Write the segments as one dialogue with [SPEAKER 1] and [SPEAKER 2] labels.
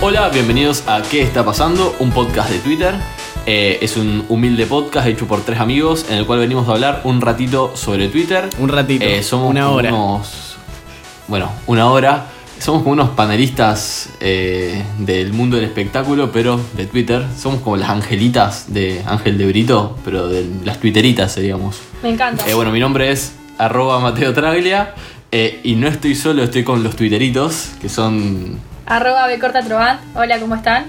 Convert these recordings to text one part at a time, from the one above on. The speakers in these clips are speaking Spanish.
[SPEAKER 1] Hola, bienvenidos a ¿Qué está pasando? Un podcast de Twitter. Eh, es un humilde podcast hecho por tres amigos en el cual venimos a hablar un ratito sobre Twitter.
[SPEAKER 2] Un ratito,
[SPEAKER 1] Eh, somos
[SPEAKER 2] una
[SPEAKER 1] como
[SPEAKER 2] hora.
[SPEAKER 1] unos- bueno, una hora. Somos como unos panelistas eh, del mundo del espectáculo, pero de Twitter. Somos como las angelitas de Ángel de Brito, pero de las twitteritas seríamos.
[SPEAKER 3] Me encanta.
[SPEAKER 1] Eh, bueno, mi nombre es arroba Mateo Traglia eh, y no estoy solo, estoy con los twitteritos, que son
[SPEAKER 3] Arroba B corta Trovant. Hola, ¿cómo están?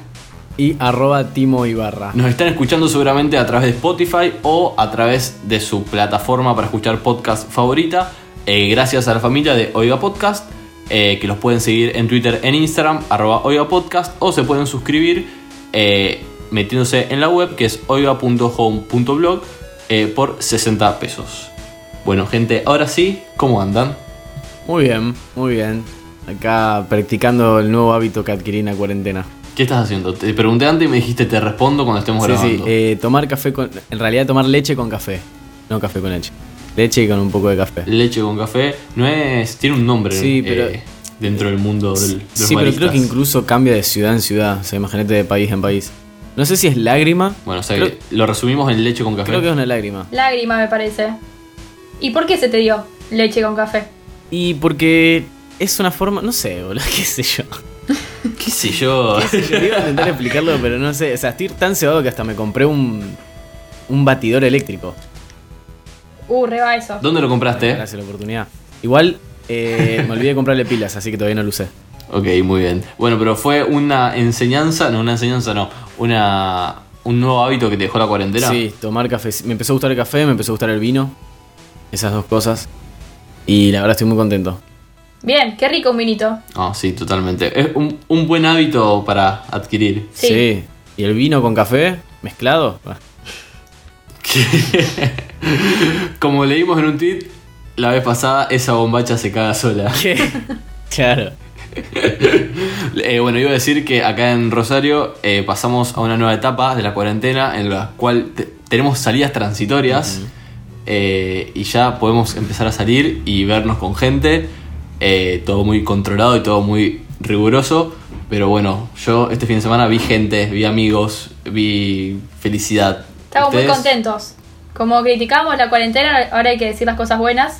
[SPEAKER 2] Y arroba Timo Ibarra.
[SPEAKER 1] Nos están escuchando seguramente a través de Spotify o a través de su plataforma para escuchar podcast favorita. Eh, gracias a la familia de Oiga Podcast, eh, que los pueden seguir en Twitter, en Instagram, arroba Oiga Podcast, o se pueden suscribir eh, metiéndose en la web que es oiga.home.blog eh, por 60 pesos. Bueno, gente, ahora sí, ¿cómo andan?
[SPEAKER 2] Muy bien, muy bien. Acá practicando el nuevo hábito que adquirí en la cuarentena.
[SPEAKER 1] ¿Qué estás haciendo? Te pregunté antes y me dijiste te respondo cuando estemos
[SPEAKER 2] sí, sí,
[SPEAKER 1] grabando.
[SPEAKER 2] eh, tomar café con. En realidad, tomar leche con café. No café con leche. Leche con un poco de café.
[SPEAKER 1] Leche con café no es. tiene un nombre
[SPEAKER 2] Sí, pero-
[SPEAKER 1] eh, dentro del mundo del, de los
[SPEAKER 2] Sí, pero creo
[SPEAKER 1] baristas.
[SPEAKER 2] que incluso cambia de ciudad en ciudad. O sea, imagínate de país en país. No sé si es lágrima.
[SPEAKER 1] Bueno, o sea
[SPEAKER 2] creo,
[SPEAKER 1] que lo resumimos en leche con café.
[SPEAKER 2] creo que es una lágrima.
[SPEAKER 3] Lágrima, me parece. ¿Y por qué se te dio leche con café?
[SPEAKER 2] Y porque es una forma. No sé, boludo, qué sé yo.
[SPEAKER 1] ¿Qué sé yo?
[SPEAKER 2] Yo iba a intentar explicarlo, pero no sé. O sea, estoy tan cebado que hasta me compré un. un batidor eléctrico.
[SPEAKER 3] Uh, reba eso.
[SPEAKER 1] ¿Dónde lo compraste?
[SPEAKER 2] Gracias la oportunidad. Igual eh, me olvidé de comprarle pilas, así que todavía no lo usé.
[SPEAKER 1] Ok, muy bien. Bueno, pero fue una enseñanza, no una enseñanza, no. Una, un nuevo hábito que te dejó la cuarentena.
[SPEAKER 2] Sí, tomar café. Me empezó a gustar el café, me empezó a gustar el vino. Esas dos cosas. Y la verdad estoy muy contento.
[SPEAKER 3] Bien, qué rico un vinito.
[SPEAKER 1] Ah, sí, totalmente. Es un, un buen hábito para adquirir.
[SPEAKER 3] Sí.
[SPEAKER 2] Y el vino con café mezclado. ah,
[SPEAKER 1] Como leímos en un tweet la vez pasada, esa bombacha se caga sola.
[SPEAKER 2] ¿Qué? claro.
[SPEAKER 1] Eh, bueno, iba a decir que acá en Rosario eh, pasamos a una nueva etapa de la cuarentena en la cual te- tenemos salidas transitorias eh, y ya podemos empezar a salir y vernos con gente, eh, todo muy controlado y todo muy riguroso, pero bueno, yo este fin de semana vi gente, vi amigos, vi felicidad.
[SPEAKER 3] Estamos muy
[SPEAKER 1] ¿Ustedes?
[SPEAKER 3] contentos. Como criticamos la cuarentena, ahora hay que decir las cosas buenas.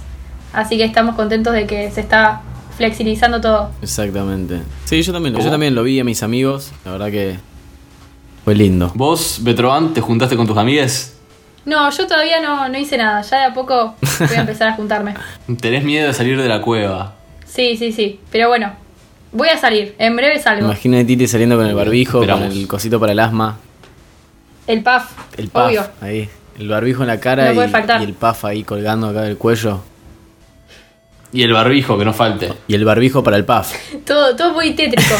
[SPEAKER 3] Así que estamos contentos de que se está flexibilizando todo.
[SPEAKER 2] Exactamente. Sí, yo también, lo, yo
[SPEAKER 1] ¿Cómo?
[SPEAKER 2] también lo vi a mis amigos. La verdad que fue lindo.
[SPEAKER 1] ¿Vos, Betroban, te juntaste con tus amigues?
[SPEAKER 3] No, yo todavía no, no hice nada. Ya de a poco voy a empezar a juntarme.
[SPEAKER 1] ¿Tenés miedo de salir de la cueva?
[SPEAKER 3] Sí, sí, sí. Pero bueno, voy a salir. En breve salgo.
[SPEAKER 2] Imagínate Titi saliendo con el barbijo,
[SPEAKER 1] Esperamos.
[SPEAKER 2] con el cosito para el asma,
[SPEAKER 3] El puff.
[SPEAKER 2] el puff
[SPEAKER 3] Obvio.
[SPEAKER 2] ahí, el barbijo en la cara
[SPEAKER 3] No
[SPEAKER 2] y,
[SPEAKER 3] puede faltar.
[SPEAKER 2] y el puff ahí colgando acá del cuello
[SPEAKER 1] Y el barbijo, que no falte.
[SPEAKER 2] y el barbijo para el puff.
[SPEAKER 3] Todo, todo muy tétrico.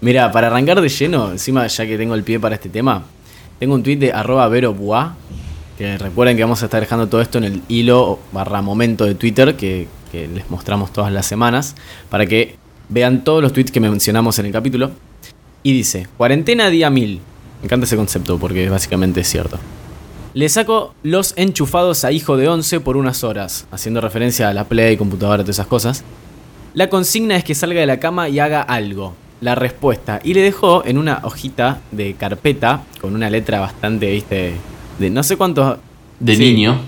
[SPEAKER 2] Mira, para arrancar de lleno, encima ya que tengo el pie para este tema, tengo un tweet de arroba verobuá, que recuerden que vamos a estar dejando todo esto en el hilo barra momento de Twitter que, que les mostramos todas las semanas, para que vean todos los tweets que mencionamos en el capítulo. Y dice, cuarentena día 1000. Me encanta ese concepto porque básicamente es cierto. Le saco los enchufados a hijo de 11 por unas horas, haciendo referencia a la Play, computadora, todas esas cosas. La consigna es que salga de la cama y haga algo. La respuesta. Y le dejó en una hojita de carpeta con una letra bastante, viste, de no sé cuántos...
[SPEAKER 1] De
[SPEAKER 2] Sí.
[SPEAKER 1] niño.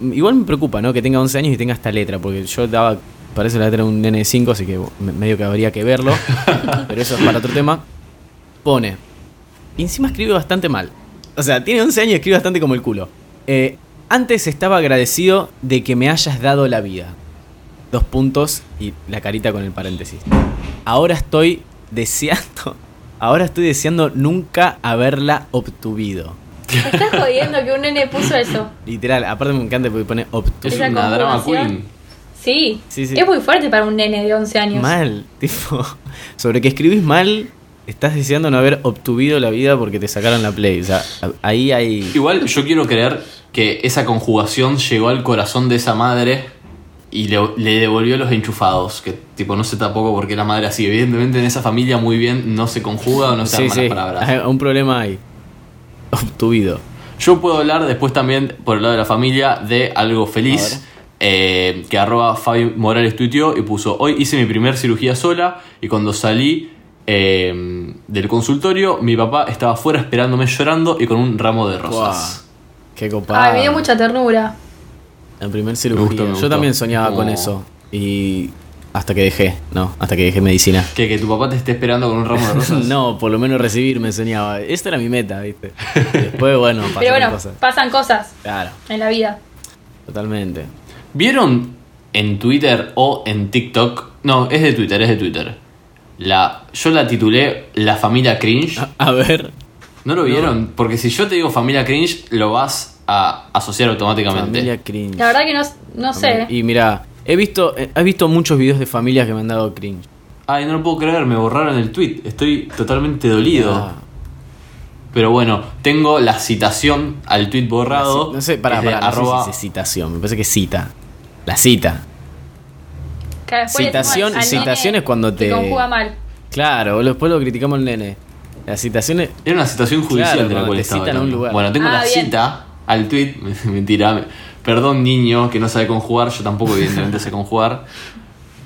[SPEAKER 2] Igual me preocupa, ¿no? Que tenga 11 años y tenga esta letra, porque yo daba, parece la letra de un nene de 5, así que me- medio que habría que verlo. pero eso es para otro tema. Pone. Y encima escribe bastante mal. O sea, tiene 11 años y escribe bastante como el culo. Eh, antes estaba agradecido de que me hayas dado la vida. Dos puntos y la carita con el paréntesis. Ahora estoy deseando. Ahora estoy deseando nunca haberla obtuvido.
[SPEAKER 3] Me estás jodiendo que un nene puso eso.
[SPEAKER 2] Literal, aparte me encanta porque pone obtuvido.
[SPEAKER 1] Es
[SPEAKER 3] Esa
[SPEAKER 1] una drama
[SPEAKER 3] conjugación.
[SPEAKER 1] queen.
[SPEAKER 3] Sí.
[SPEAKER 2] Sí, sí.
[SPEAKER 3] Es muy fuerte para un nene de 11 años.
[SPEAKER 2] Mal, tipo. Sobre que escribís mal estás deseando no haber obtuvido la vida porque te sacaron la play. O sea, ahí hay.
[SPEAKER 1] Igual yo quiero creer que esa conjugación llegó al corazón de esa madre y le, le devolvió los enchufados. Que tipo, no sé tampoco por qué la madre así. Evidentemente en esa familia muy bien no se conjuga o no se
[SPEAKER 2] Sí,
[SPEAKER 1] arman
[SPEAKER 2] sí,
[SPEAKER 1] las palabras.
[SPEAKER 2] hay un problema ahí. Obtuvido.
[SPEAKER 1] Yo puedo hablar después también, por el lado de la familia, de algo
[SPEAKER 2] A
[SPEAKER 1] feliz. eh, que arroba Fabi Morales tuiteó y puso, hoy hice mi primer cirugía sola y cuando salí eh, del consultorio, mi papá estaba afuera esperándome llorando y con un ramo de rosas.
[SPEAKER 2] Buah, Qué copado.
[SPEAKER 3] Ay, me dio mucha ternura.
[SPEAKER 2] La primer cirugía.
[SPEAKER 1] gustó, me
[SPEAKER 2] Yo
[SPEAKER 1] gustó.
[SPEAKER 2] también soñaba con
[SPEAKER 1] Oh.
[SPEAKER 2] eso. Y hasta que dejé, no, hasta que dejé medicina.
[SPEAKER 1] Que, que tu papá te esté esperando con un ramo de rosas.
[SPEAKER 2] No, por lo menos recibirme soñaba. Esta era mi meta, ¿viste? Después, bueno, pasaron
[SPEAKER 3] Pero bueno,
[SPEAKER 2] cosas.
[SPEAKER 3] pasan cosas
[SPEAKER 2] Claro,
[SPEAKER 3] en la vida.
[SPEAKER 2] totalmente.
[SPEAKER 1] ¿Vieron en Twitter o en TikTok? No, es de Twitter, es de Twitter. La, yo la titulé La familia cringe.
[SPEAKER 2] A ver,
[SPEAKER 1] ¿No lo vieron? Porque si yo te digo familia cringe, lo vas a asociar automáticamente.
[SPEAKER 2] familia cringe.
[SPEAKER 3] La verdad que no, no sé.
[SPEAKER 2] Y mira, he visto, eh, has visto muchos videos de familias que me han dado cringe.
[SPEAKER 1] Ay, no lo puedo creer, me borraron el tweet. Estoy totalmente dolido.
[SPEAKER 2] Ah,
[SPEAKER 1] Pero bueno, tengo la citación al tweet borrado.
[SPEAKER 2] no sé, para,
[SPEAKER 1] Es de
[SPEAKER 2] para,
[SPEAKER 1] arroba-
[SPEAKER 2] citación, me parece que es cita. La cita.
[SPEAKER 3] Que después le decimos
[SPEAKER 2] Citación-
[SPEAKER 3] al- al
[SPEAKER 2] citación
[SPEAKER 3] nene
[SPEAKER 2] es cuando
[SPEAKER 3] que
[SPEAKER 2] te-
[SPEAKER 3] conjuga mal.
[SPEAKER 2] Claro, después lo criticamos al nene. Las citaciones.
[SPEAKER 1] Era una citación judicial
[SPEAKER 2] Claro,
[SPEAKER 1] de la
[SPEAKER 2] cuando
[SPEAKER 1] cual
[SPEAKER 2] te
[SPEAKER 1] estaba
[SPEAKER 2] citan a un
[SPEAKER 1] hablando.
[SPEAKER 2] lugar.
[SPEAKER 1] Bueno, tengo
[SPEAKER 3] Ah,
[SPEAKER 1] la
[SPEAKER 3] bien.
[SPEAKER 1] cita al tweet. Mentira. me- Perdón, niño, que no sabe conjugar. Yo tampoco, evidentemente, sé conjugar.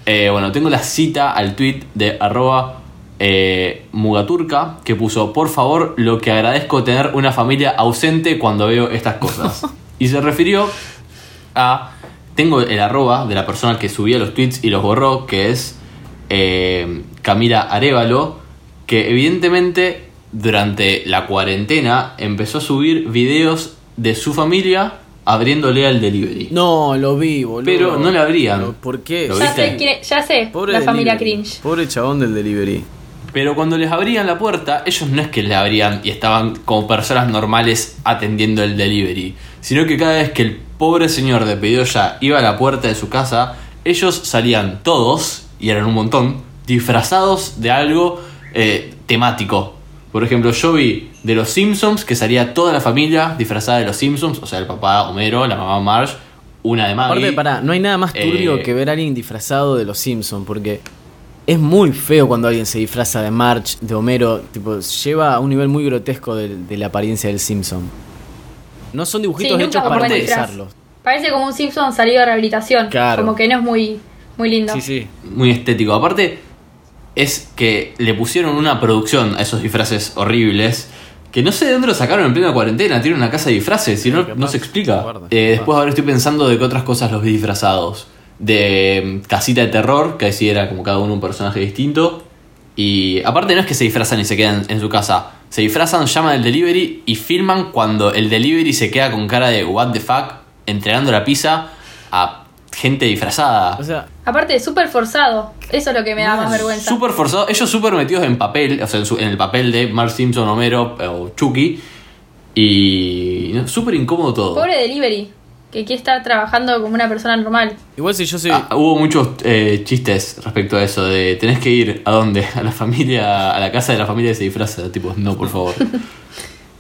[SPEAKER 1] Eh, bueno, tengo la cita al tweet de arroba eh, mugaturca que puso, por favor, lo que agradezco tener una familia ausente cuando veo estas cosas. y se refirió a... Tengo el arroba de la persona que subía los tweets y los borró, que es eh, Camila Arevalo, que evidentemente durante la cuarentena empezó a subir videos de su familia abriéndole al delivery.
[SPEAKER 2] No, lo vi, boludo.
[SPEAKER 1] Pero no le abrían.
[SPEAKER 2] Pero, ¿Por qué?
[SPEAKER 1] Lo vi.
[SPEAKER 3] Ya
[SPEAKER 1] ¿Viste?
[SPEAKER 3] sé, quién- ya sé
[SPEAKER 2] Pobre
[SPEAKER 3] la
[SPEAKER 2] delivery.
[SPEAKER 3] familia cringe.
[SPEAKER 2] Pobre chabón del delivery.
[SPEAKER 1] Pero cuando les abrían la puerta, ellos no es que la abrían y estaban como personas normales atendiendo el delivery, sino que cada vez que el pobre señor de pedido ya iba a la puerta de su casa, ellos salían todos, y eran un montón, disfrazados de algo eh, temático. Por ejemplo, yo vi de los Simpsons que salía toda la familia disfrazada de los Simpsons, o sea, el papá Homero, la mamá Marge, una de Maggie.
[SPEAKER 2] Aparte, pará, no hay nada más turbio
[SPEAKER 1] Eh,
[SPEAKER 2] que ver a alguien disfrazado de los Simpsons, porque es muy feo cuando alguien se disfraza de March, de Homero, tipo, lleva a un nivel muy grotesco de, de la apariencia del Simpson. No son
[SPEAKER 3] Sí,
[SPEAKER 2] dibujitos
[SPEAKER 3] nunca
[SPEAKER 2] hechos
[SPEAKER 3] fue
[SPEAKER 2] para
[SPEAKER 3] buen disfraz.
[SPEAKER 2] utilizarlos.
[SPEAKER 3] Parece como un Simpson salido de rehabilitación.
[SPEAKER 2] Claro.
[SPEAKER 3] Como que no es muy, muy lindo.
[SPEAKER 2] sí.
[SPEAKER 1] muy estético. Aparte, es que le pusieron una producción a esos disfraces horribles. Que no sé de dónde lo sacaron en plena cuarentena. Tiene una casa de disfraces, si no,
[SPEAKER 2] capaz,
[SPEAKER 1] no se explica.
[SPEAKER 2] guarda,
[SPEAKER 1] Eh,
[SPEAKER 2] capaz.
[SPEAKER 1] después ahora estoy pensando de qué otras cosas los vi disfrazados. De mm, casita de terror, que así era como cada uno un personaje distinto. Y aparte no es que se disfrazan y se quedan en su casa. Se disfrazan, llaman al delivery y filman cuando el delivery se queda con cara de what the fuck entregando la pizza a gente disfrazada.
[SPEAKER 2] O sea,
[SPEAKER 3] Aparte, súper forzado. Eso es lo que me da
[SPEAKER 2] Mal,
[SPEAKER 3] más vergüenza.
[SPEAKER 1] Súper forzado, ellos súper metidos en papel, o sea, en, su- en el papel de Mark Simpson, Homero eh, o Chucky. Y no, súper incómodo todo.
[SPEAKER 3] Pobre delivery, que quiere estar trabajando como una persona normal.
[SPEAKER 2] igual si yo soy.
[SPEAKER 1] Ah, hubo muchos eh, chistes respecto a eso de tenés que ir a dónde, a la familia, a la casa de la familia que se disfraza. Tipo, no, por favor.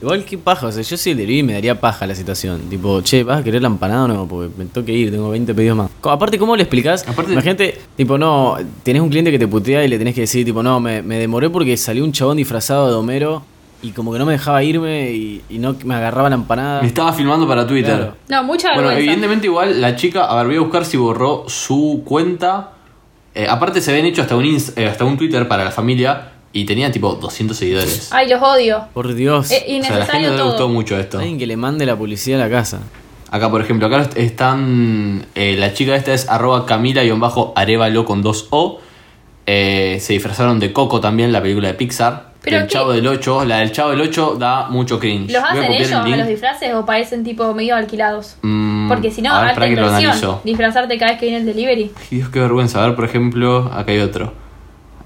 [SPEAKER 2] Igual que paja, o sea, yo soy el delivery y me daría paja la situación. Tipo, che, ¿vas a querer la empanada o no? Porque me tengo que ir, tengo 20 pedidos más. Co- Aparte, ¿cómo le explicás?
[SPEAKER 1] Aparte-
[SPEAKER 2] Imagínate, tipo, no, tenés un cliente que te putea y le tenés que decir, tipo, no, me, me demoré porque salió un chabón disfrazado de Homero y como que no me dejaba irme y, y no me agarraba la empanada.
[SPEAKER 1] Me estaba filmando para Twitter.
[SPEAKER 2] Claro.
[SPEAKER 3] No, mucha
[SPEAKER 1] Bueno,
[SPEAKER 3] vergüenza.
[SPEAKER 1] evidentemente igual la chica, a ver, voy a buscar si borró su cuenta. Eh, aparte se habían hecho hasta un, Inst- eh, hasta un Twitter para la familia y tenía tipo 200 seguidores.
[SPEAKER 3] Ay, los odio.
[SPEAKER 2] Por Dios.
[SPEAKER 3] Es
[SPEAKER 1] O sea, a la gente
[SPEAKER 3] innecesario
[SPEAKER 1] no le gustó
[SPEAKER 3] Eh, todo.
[SPEAKER 1] mucho esto.
[SPEAKER 2] Alguien que le mande la publicidad a la casa.
[SPEAKER 1] Acá, por ejemplo, acá est- están. eh, la chica esta es arroba camila-arevalo con dos O. Eh, se disfrazaron de Coco también, la película de Pixar.
[SPEAKER 3] ¿Pero
[SPEAKER 1] del
[SPEAKER 3] qué?
[SPEAKER 1] Chavo del 8. La del Chavo del 8 da mucho cringe.
[SPEAKER 3] ¿Los
[SPEAKER 1] Voy a
[SPEAKER 3] hacen
[SPEAKER 1] copiar
[SPEAKER 3] ellos
[SPEAKER 1] el
[SPEAKER 3] a
[SPEAKER 1] link.
[SPEAKER 3] los disfraces o parecen tipo medio alquilados?
[SPEAKER 1] Mm,
[SPEAKER 3] Porque si no,
[SPEAKER 1] a ver,
[SPEAKER 3] alta
[SPEAKER 1] pará que lo
[SPEAKER 3] inversión.
[SPEAKER 1] analizo.
[SPEAKER 3] Disfrazarte cada vez que viene el delivery.
[SPEAKER 1] Ay, Dios, qué vergüenza. A ver, por ejemplo, acá hay otro.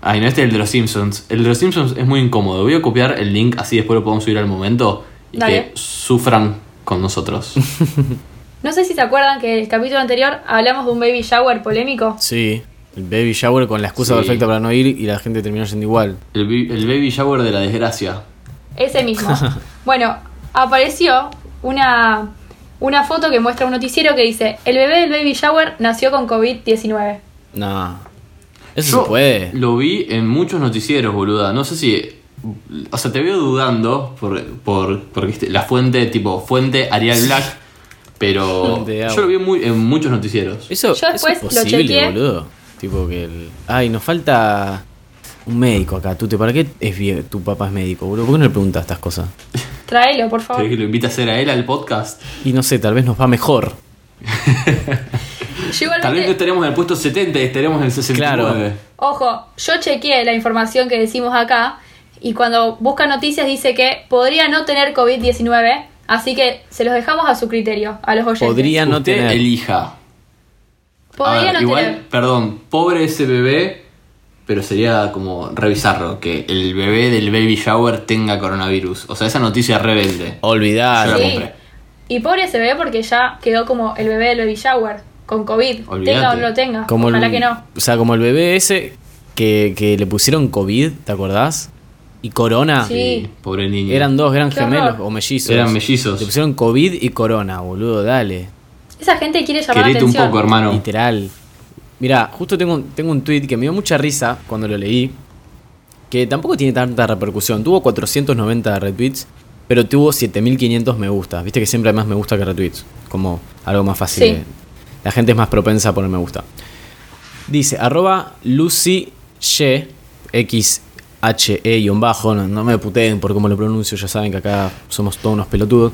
[SPEAKER 1] Ay, no, este es el de los Simpsons. El de los Simpsons es muy incómodo. Voy a copiar el link, así después lo podemos subir al momento. Y
[SPEAKER 3] Dale.
[SPEAKER 1] que sufran con nosotros.
[SPEAKER 3] No sé si se acuerdan que en el capítulo anterior hablamos de un baby shower polémico.
[SPEAKER 2] Sí. El baby shower con la excusa
[SPEAKER 1] Sí.
[SPEAKER 2] perfecta para no ir y la gente terminó yendo igual.
[SPEAKER 1] El, bi- el baby shower de la desgracia.
[SPEAKER 3] Ese mismo. bueno, apareció una, una foto que muestra un noticiero que dice, el bebé del baby shower nació con COVID-19.
[SPEAKER 2] No. Eso
[SPEAKER 1] Yo
[SPEAKER 2] se puede.
[SPEAKER 1] Lo vi en muchos noticieros, boluda. No sé si. O sea, te veo dudando por, por- porque este- la fuente, tipo, fuente Arial Black. Pero
[SPEAKER 2] De
[SPEAKER 1] yo
[SPEAKER 2] agua.
[SPEAKER 1] lo vi en muy- en muchos noticieros.
[SPEAKER 2] Eso,
[SPEAKER 3] Yo
[SPEAKER 2] eso
[SPEAKER 3] después
[SPEAKER 2] es
[SPEAKER 3] lo
[SPEAKER 2] posible,
[SPEAKER 3] chequeé.
[SPEAKER 2] boludo. Tipo que el. Ay, nos falta un médico acá. Tute, ¿para qué es vie- tu papá es médico, boludo? ¿Por qué no le preguntas estas cosas?
[SPEAKER 3] Tráelo, por favor.
[SPEAKER 1] ¿Querés que lo invite a hacer a él al podcast?
[SPEAKER 2] Y no sé, tal vez nos va mejor.
[SPEAKER 3] Yo
[SPEAKER 1] Tal vez no
[SPEAKER 3] igualmente,
[SPEAKER 1] estaremos en el puesto 70 y estaremos en el 69.
[SPEAKER 3] ojo, yo chequeé la información que decimos acá y cuando busca noticias dice que podría no tener COVID-19, así que se los dejamos a su criterio, a los oyentes.
[SPEAKER 2] Podría no
[SPEAKER 1] Usted
[SPEAKER 2] tener.
[SPEAKER 1] elija.
[SPEAKER 3] Podría
[SPEAKER 1] A ver,
[SPEAKER 3] no
[SPEAKER 1] Ah, igual,
[SPEAKER 3] tener.
[SPEAKER 1] perdón, pobre ese bebé, pero sería como revisarlo, que el bebé del baby shower tenga coronavirus. O sea, esa noticia rebelde.
[SPEAKER 2] Oh. Olvidar.
[SPEAKER 1] Yo la
[SPEAKER 3] Sí.
[SPEAKER 1] compré.
[SPEAKER 3] Y pobre ese bebé porque ya quedó como el bebé del baby shower, con COVID,
[SPEAKER 1] Olvídate.
[SPEAKER 3] tenga o no lo tenga,
[SPEAKER 2] Como
[SPEAKER 3] ojalá
[SPEAKER 2] el-
[SPEAKER 3] que no.
[SPEAKER 2] O sea, como el bebé ese que, que le pusieron COVID, ¿te acordás? Y
[SPEAKER 1] Ah,
[SPEAKER 2] corona.
[SPEAKER 3] Sí.
[SPEAKER 1] Pobre niño.
[SPEAKER 2] Eran dos, eran
[SPEAKER 3] Qué
[SPEAKER 2] gemelos
[SPEAKER 3] horror.
[SPEAKER 2] o mellizos.
[SPEAKER 1] Eran mellizos.
[SPEAKER 2] Le pusieron COVID y corona, boludo, dale.
[SPEAKER 3] Esa gente quiere llamar la
[SPEAKER 1] Querete un
[SPEAKER 3] atención.
[SPEAKER 1] poco, hermano.
[SPEAKER 2] Literal. Mirá, justo tengo, un- tengo un tweet que me dio mucha risa cuando lo leí. Que tampoco tiene tanta repercusión. Tuvo 490 retweets, pero tuvo 7500 me gustas. Viste que siempre hay más me gusta que retweets. Como algo más fácil.
[SPEAKER 3] Sí.
[SPEAKER 2] de- La gente es más propensa a poner me gusta. Dice, arroba Lucy Ye, X H E y un bajo, no, no me puteen por cómo lo pronuncio, ya saben que acá somos todos unos pelotudos.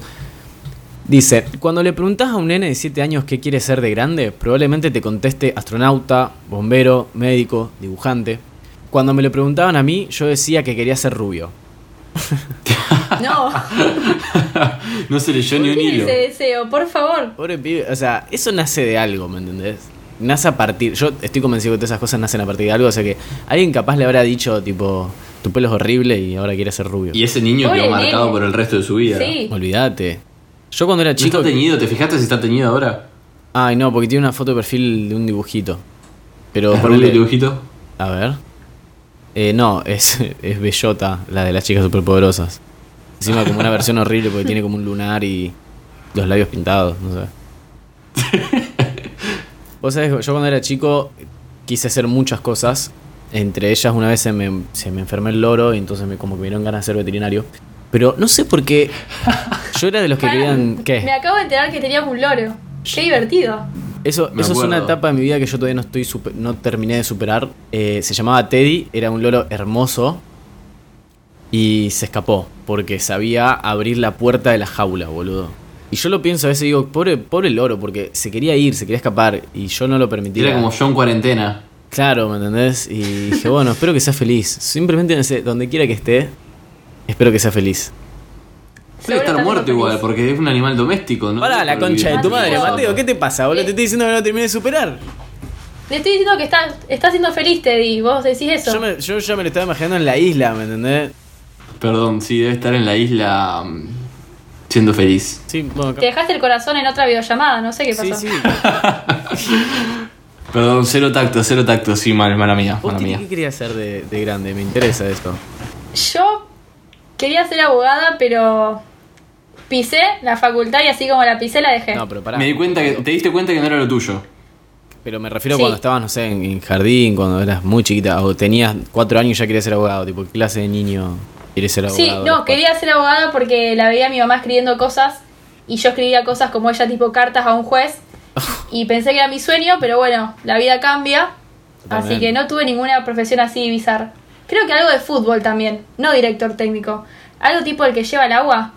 [SPEAKER 2] Dice, cuando le preguntas a un nene de 7 años qué quiere ser de grande, probablemente te conteste astronauta, bombero, médico, dibujante. Cuando me lo preguntaban a mí, yo decía que quería ser rubio.
[SPEAKER 3] No,
[SPEAKER 1] No se leyó ni un
[SPEAKER 3] tiene
[SPEAKER 1] hilo.
[SPEAKER 3] ese deseo, por favor.
[SPEAKER 2] Pobre pibe, o sea, eso nace de algo, ¿me entendés? Nace a partir, yo estoy convencido que todas esas cosas nacen a partir de algo, o sea que alguien capaz le habrá dicho, tipo, tu pelo es horrible y ahora quiere ser rubio.
[SPEAKER 1] Y ese niño
[SPEAKER 3] Pobre
[SPEAKER 1] quedó marcado
[SPEAKER 3] nene.
[SPEAKER 1] por el resto de su vida.
[SPEAKER 3] Sí.
[SPEAKER 2] Olvídate. Yo cuando era
[SPEAKER 1] ¿No
[SPEAKER 2] chico...
[SPEAKER 1] está teñido? ¿Te fijaste si está teñido ahora?
[SPEAKER 2] Ay, no, porque tiene una foto de perfil de un dibujito. Pero
[SPEAKER 1] ¿Es
[SPEAKER 2] ponele-
[SPEAKER 1] rubio el dibujito?
[SPEAKER 2] A ver. Eh, no, es, es Bellota, la de las chicas superpoderosas. Encima como una versión horrible porque tiene como un lunar y los labios pintados, no sé. Vos sabés, yo cuando era chico quise hacer muchas cosas. Entre ellas una vez se me, se me enfermé el loro y entonces me, como que me dieron ganas de ser veterinario. Pero no sé por qué. Yo era de los que
[SPEAKER 3] Pará,
[SPEAKER 2] querían... ¿Qué?
[SPEAKER 3] Me acabo de enterar que tenías un loro. Qué divertido.
[SPEAKER 2] Eso,
[SPEAKER 1] Me
[SPEAKER 2] eso es
[SPEAKER 1] acuerdo.
[SPEAKER 2] una etapa de mi vida que yo todavía no estoy super- no terminé de superar. Eh, se llamaba Teddy, era un loro hermoso y se escapó porque sabía abrir la puerta de la jaula, boludo. Y yo lo pienso a veces y digo, pobre, pobre loro, porque se quería ir, se quería escapar y yo no lo permitía.
[SPEAKER 1] Era como yo en cuarentena.
[SPEAKER 2] Claro, ¿me entendés? Y dije, bueno, espero que sea feliz. Simplemente no sé, donde quiera que esté, espero que sea feliz.
[SPEAKER 1] Debe
[SPEAKER 3] Seguro
[SPEAKER 1] estar
[SPEAKER 3] está
[SPEAKER 1] muerto
[SPEAKER 3] súper
[SPEAKER 1] igual,
[SPEAKER 3] feliz.
[SPEAKER 1] porque es un animal doméstico, ¿no?
[SPEAKER 2] Pará,
[SPEAKER 1] No
[SPEAKER 2] la
[SPEAKER 1] te
[SPEAKER 2] concha de tu
[SPEAKER 1] olvides.
[SPEAKER 2] madre, Mateo, ¿qué te pasa, boludo? Te estoy diciendo que no terminé de superar.
[SPEAKER 3] Le estoy diciendo que está, está siendo feliz, Teddy. Vos decís eso.
[SPEAKER 2] Yo, me- yo ya me lo estaba imaginando en la isla, ¿me entendés?
[SPEAKER 1] Perdón, sí, debe estar en la isla mm, siendo feliz.
[SPEAKER 2] Sí, bueno,
[SPEAKER 3] Te dejaste el corazón en otra videollamada, no sé qué pasó.
[SPEAKER 2] Sí,
[SPEAKER 1] Ah,
[SPEAKER 2] sí.
[SPEAKER 1] Perdón, cero tacto, cero tacto, sí, mal, mala mía,
[SPEAKER 2] ¿Vos
[SPEAKER 1] mala
[SPEAKER 2] Titi,
[SPEAKER 1] mía.
[SPEAKER 2] qué querías hacer de, de grande? Me interesa esto.
[SPEAKER 3] Yo quería ser abogada, pero pisé la facultad y así como la pisé la dejé.
[SPEAKER 2] No, pero pará.
[SPEAKER 1] Me di cuenta que, te diste cuenta que no era lo tuyo.
[SPEAKER 2] Pero me refiero a
[SPEAKER 3] Sí.
[SPEAKER 2] cuando estabas, no sé, en, en jardín, cuando eras muy chiquita, o tenías cuatro años y ya querías ser abogado. Tipo, ¿qué clase de niño quieres ser abogado?
[SPEAKER 3] sí, no, quería ser abogada porque la veía a mi mamá escribiendo cosas y yo escribía cosas como ella, tipo cartas a un juez. y pensé que era mi sueño, pero bueno, la vida cambia. Así
[SPEAKER 2] Totalmente.
[SPEAKER 3] que no tuve ninguna profesión así bizarra. Creo que algo de fútbol también, no director técnico. Algo tipo el que lleva el agua.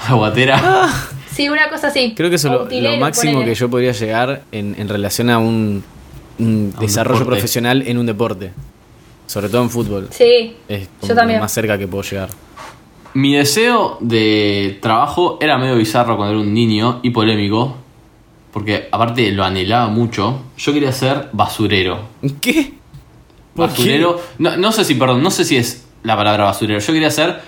[SPEAKER 2] Ah.
[SPEAKER 1] Aguatera.
[SPEAKER 3] Sí, una cosa así.
[SPEAKER 2] Creo que eso es lo- lo,
[SPEAKER 3] Utilero,
[SPEAKER 2] máximo
[SPEAKER 3] ponele.
[SPEAKER 2] que yo podría llegar en, en relación a un, un
[SPEAKER 1] A un
[SPEAKER 2] desarrollo
[SPEAKER 1] deporte.
[SPEAKER 2] profesional en un deporte. Sobre todo en fútbol.
[SPEAKER 3] Sí,
[SPEAKER 2] Es como
[SPEAKER 3] yo también.
[SPEAKER 2] lo más cerca que puedo llegar.
[SPEAKER 1] Mi deseo de trabajo era medio bizarro cuando era un niño y polémico. Porque aparte lo anhelaba mucho. Yo quería ser basurero.
[SPEAKER 2] ¿Qué? ¿Por qué?
[SPEAKER 1] Basurero. No, no sé si, perdón, no sé si es la palabra basurero. Yo quería ser.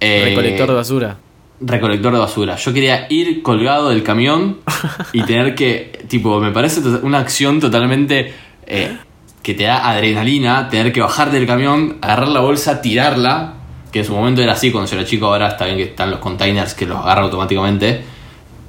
[SPEAKER 1] eh,
[SPEAKER 2] Recolector de basura.
[SPEAKER 1] recolector de basura. Yo quería ir colgado del camión y tener que, tipo, me parece to- una acción totalmente eh, que te da adrenalina tener que bajar del camión, agarrar la bolsa, tirarla, que en su momento era así cuando yo era chico, ahora está bien que están los containers que los agarra automáticamente.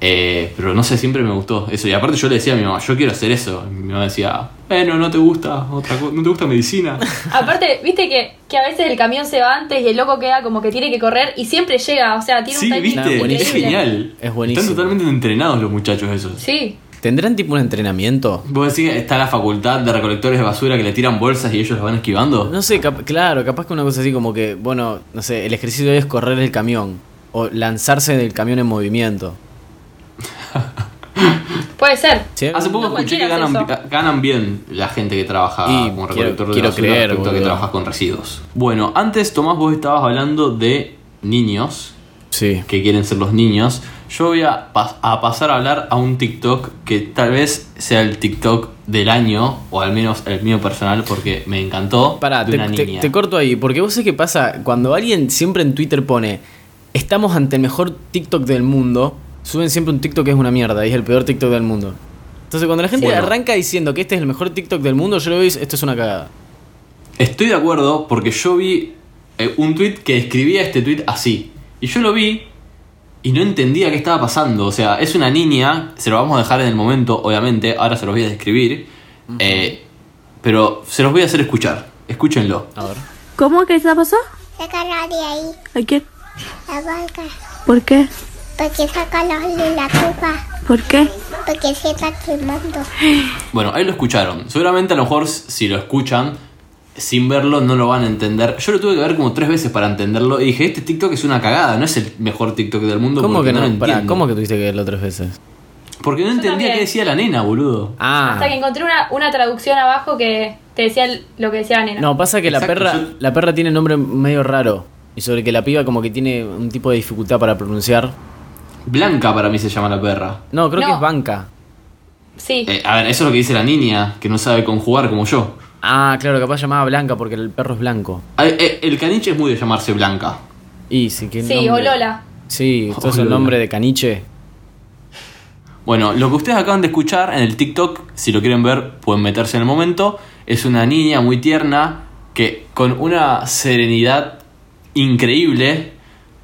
[SPEAKER 1] Eh, pero no sé, siempre me gustó eso. Y aparte yo le decía a mi mamá, yo quiero hacer eso. Y mi mamá decía, bueno, no te gusta, otra co- no te gusta medicina.
[SPEAKER 3] Aparte, viste que, que a veces el camión se va antes y el loco queda como que tiene que correr y siempre llega, o sea, tiene un
[SPEAKER 1] sí,
[SPEAKER 3] timing
[SPEAKER 1] viste,
[SPEAKER 2] buenísimo.
[SPEAKER 1] es
[SPEAKER 3] increíble.
[SPEAKER 1] genial.
[SPEAKER 2] Es buenísimo.
[SPEAKER 1] Están totalmente entrenados los muchachos esos.
[SPEAKER 3] Sí,
[SPEAKER 2] ¿Tendrán tipo un entrenamiento?
[SPEAKER 1] Vos decís, está la facultad de recolectores de basura que le tiran bolsas y ellos las van esquivando.
[SPEAKER 2] No sé, cap- claro, capaz que una cosa así como que, bueno, no sé, el ejercicio es correr el camión o lanzarse del camión en movimiento.
[SPEAKER 3] puede ser.
[SPEAKER 2] ¿Sí?
[SPEAKER 1] Hace poco
[SPEAKER 3] No
[SPEAKER 1] escuché que
[SPEAKER 3] cualquiera hace
[SPEAKER 1] ganan,
[SPEAKER 3] eso.
[SPEAKER 1] ga- ganan bien la gente que trabaja
[SPEAKER 2] Y
[SPEAKER 1] como
[SPEAKER 2] quiero-
[SPEAKER 1] recolector de
[SPEAKER 2] quiero
[SPEAKER 1] basura
[SPEAKER 2] creer,
[SPEAKER 1] respecto a que
[SPEAKER 2] boludo.
[SPEAKER 1] trabaja con residuos. Bueno, antes Tomás vos estabas hablando de niños
[SPEAKER 2] Sí.
[SPEAKER 1] que quieren ser los niños. Yo voy a, pas- a pasar a hablar a un TikTok que tal vez sea el TikTok del año, o al menos el mío personal, porque me encantó.
[SPEAKER 2] Pará,
[SPEAKER 1] de
[SPEAKER 2] te,
[SPEAKER 1] una
[SPEAKER 2] te-
[SPEAKER 1] niña.
[SPEAKER 2] te corto ahí, porque vos sé qué pasa, cuando alguien siempre en Twitter pone, estamos ante el mejor TikTok del mundo, suben siempre un TikTok que es una mierda y es el peor TikTok del mundo. Entonces cuando la gente
[SPEAKER 1] Bueno.
[SPEAKER 2] arranca diciendo que este es el mejor TikTok del mundo, yo lo veo y digo, esto es una cagada.
[SPEAKER 1] Estoy de acuerdo porque yo vi eh, un tweet que escribía este tweet así. Y yo lo vi y no entendía qué estaba pasando. O sea, es una niña, se lo vamos a dejar en el momento, obviamente, ahora se los voy a describir. eh, pero se los voy a hacer escuchar. Escúchenlo.
[SPEAKER 2] A ver.
[SPEAKER 4] ¿Cómo? ¿Qué te pasó?
[SPEAKER 5] Sácala de ahí,
[SPEAKER 4] ¿A quién?
[SPEAKER 5] la banca.
[SPEAKER 4] ¿Por qué?
[SPEAKER 5] Porque sácala de la copa.
[SPEAKER 4] ¿Por qué?
[SPEAKER 5] Porque se está quemando.
[SPEAKER 1] Bueno, ahí lo escucharon. Seguramente a lo mejor si lo escuchan sin verlo no lo van a entender. Yo lo tuve que ver como tres veces para entenderlo y dije, este TikTok es una cagada, no es el mejor TikTok del mundo.
[SPEAKER 2] ¿Cómo
[SPEAKER 1] porque
[SPEAKER 2] que no?
[SPEAKER 1] lo
[SPEAKER 2] Pará,
[SPEAKER 1] entiendo.
[SPEAKER 2] ¿Cómo que tuviste que verlo tres veces?
[SPEAKER 1] Porque no entendía
[SPEAKER 3] también.
[SPEAKER 1] qué decía la nena, boludo.
[SPEAKER 2] Ah.
[SPEAKER 3] Hasta que encontré una, una traducción abajo que te decía el- lo que decía la nena.
[SPEAKER 2] No, pasa que
[SPEAKER 1] Exacto,
[SPEAKER 2] la perra
[SPEAKER 1] yo-
[SPEAKER 2] la perra tiene nombre medio raro. Y sobre que la piba como que tiene un tipo de dificultad para pronunciar.
[SPEAKER 1] Blanca para mí se llama la perra.
[SPEAKER 2] No, creo que
[SPEAKER 3] No.
[SPEAKER 2] es banca.
[SPEAKER 3] Sí,
[SPEAKER 1] Eh, a ver, eso es lo que dice la niña, que no sabe conjugar como yo.
[SPEAKER 2] Ah, claro, capaz llamaba blanca porque el perro es blanco.
[SPEAKER 1] Ay, eh, el caniche es muy de llamarse Blanca.
[SPEAKER 2] Y sí, que
[SPEAKER 3] sí, o Lola.
[SPEAKER 2] Sí, esto es el
[SPEAKER 1] Lola.
[SPEAKER 2] nombre de caniche.
[SPEAKER 1] Bueno, lo que ustedes acaban de escuchar en el TikTok, si lo quieren ver, pueden meterse en el momento. Es una niña muy tierna que con una serenidad increíble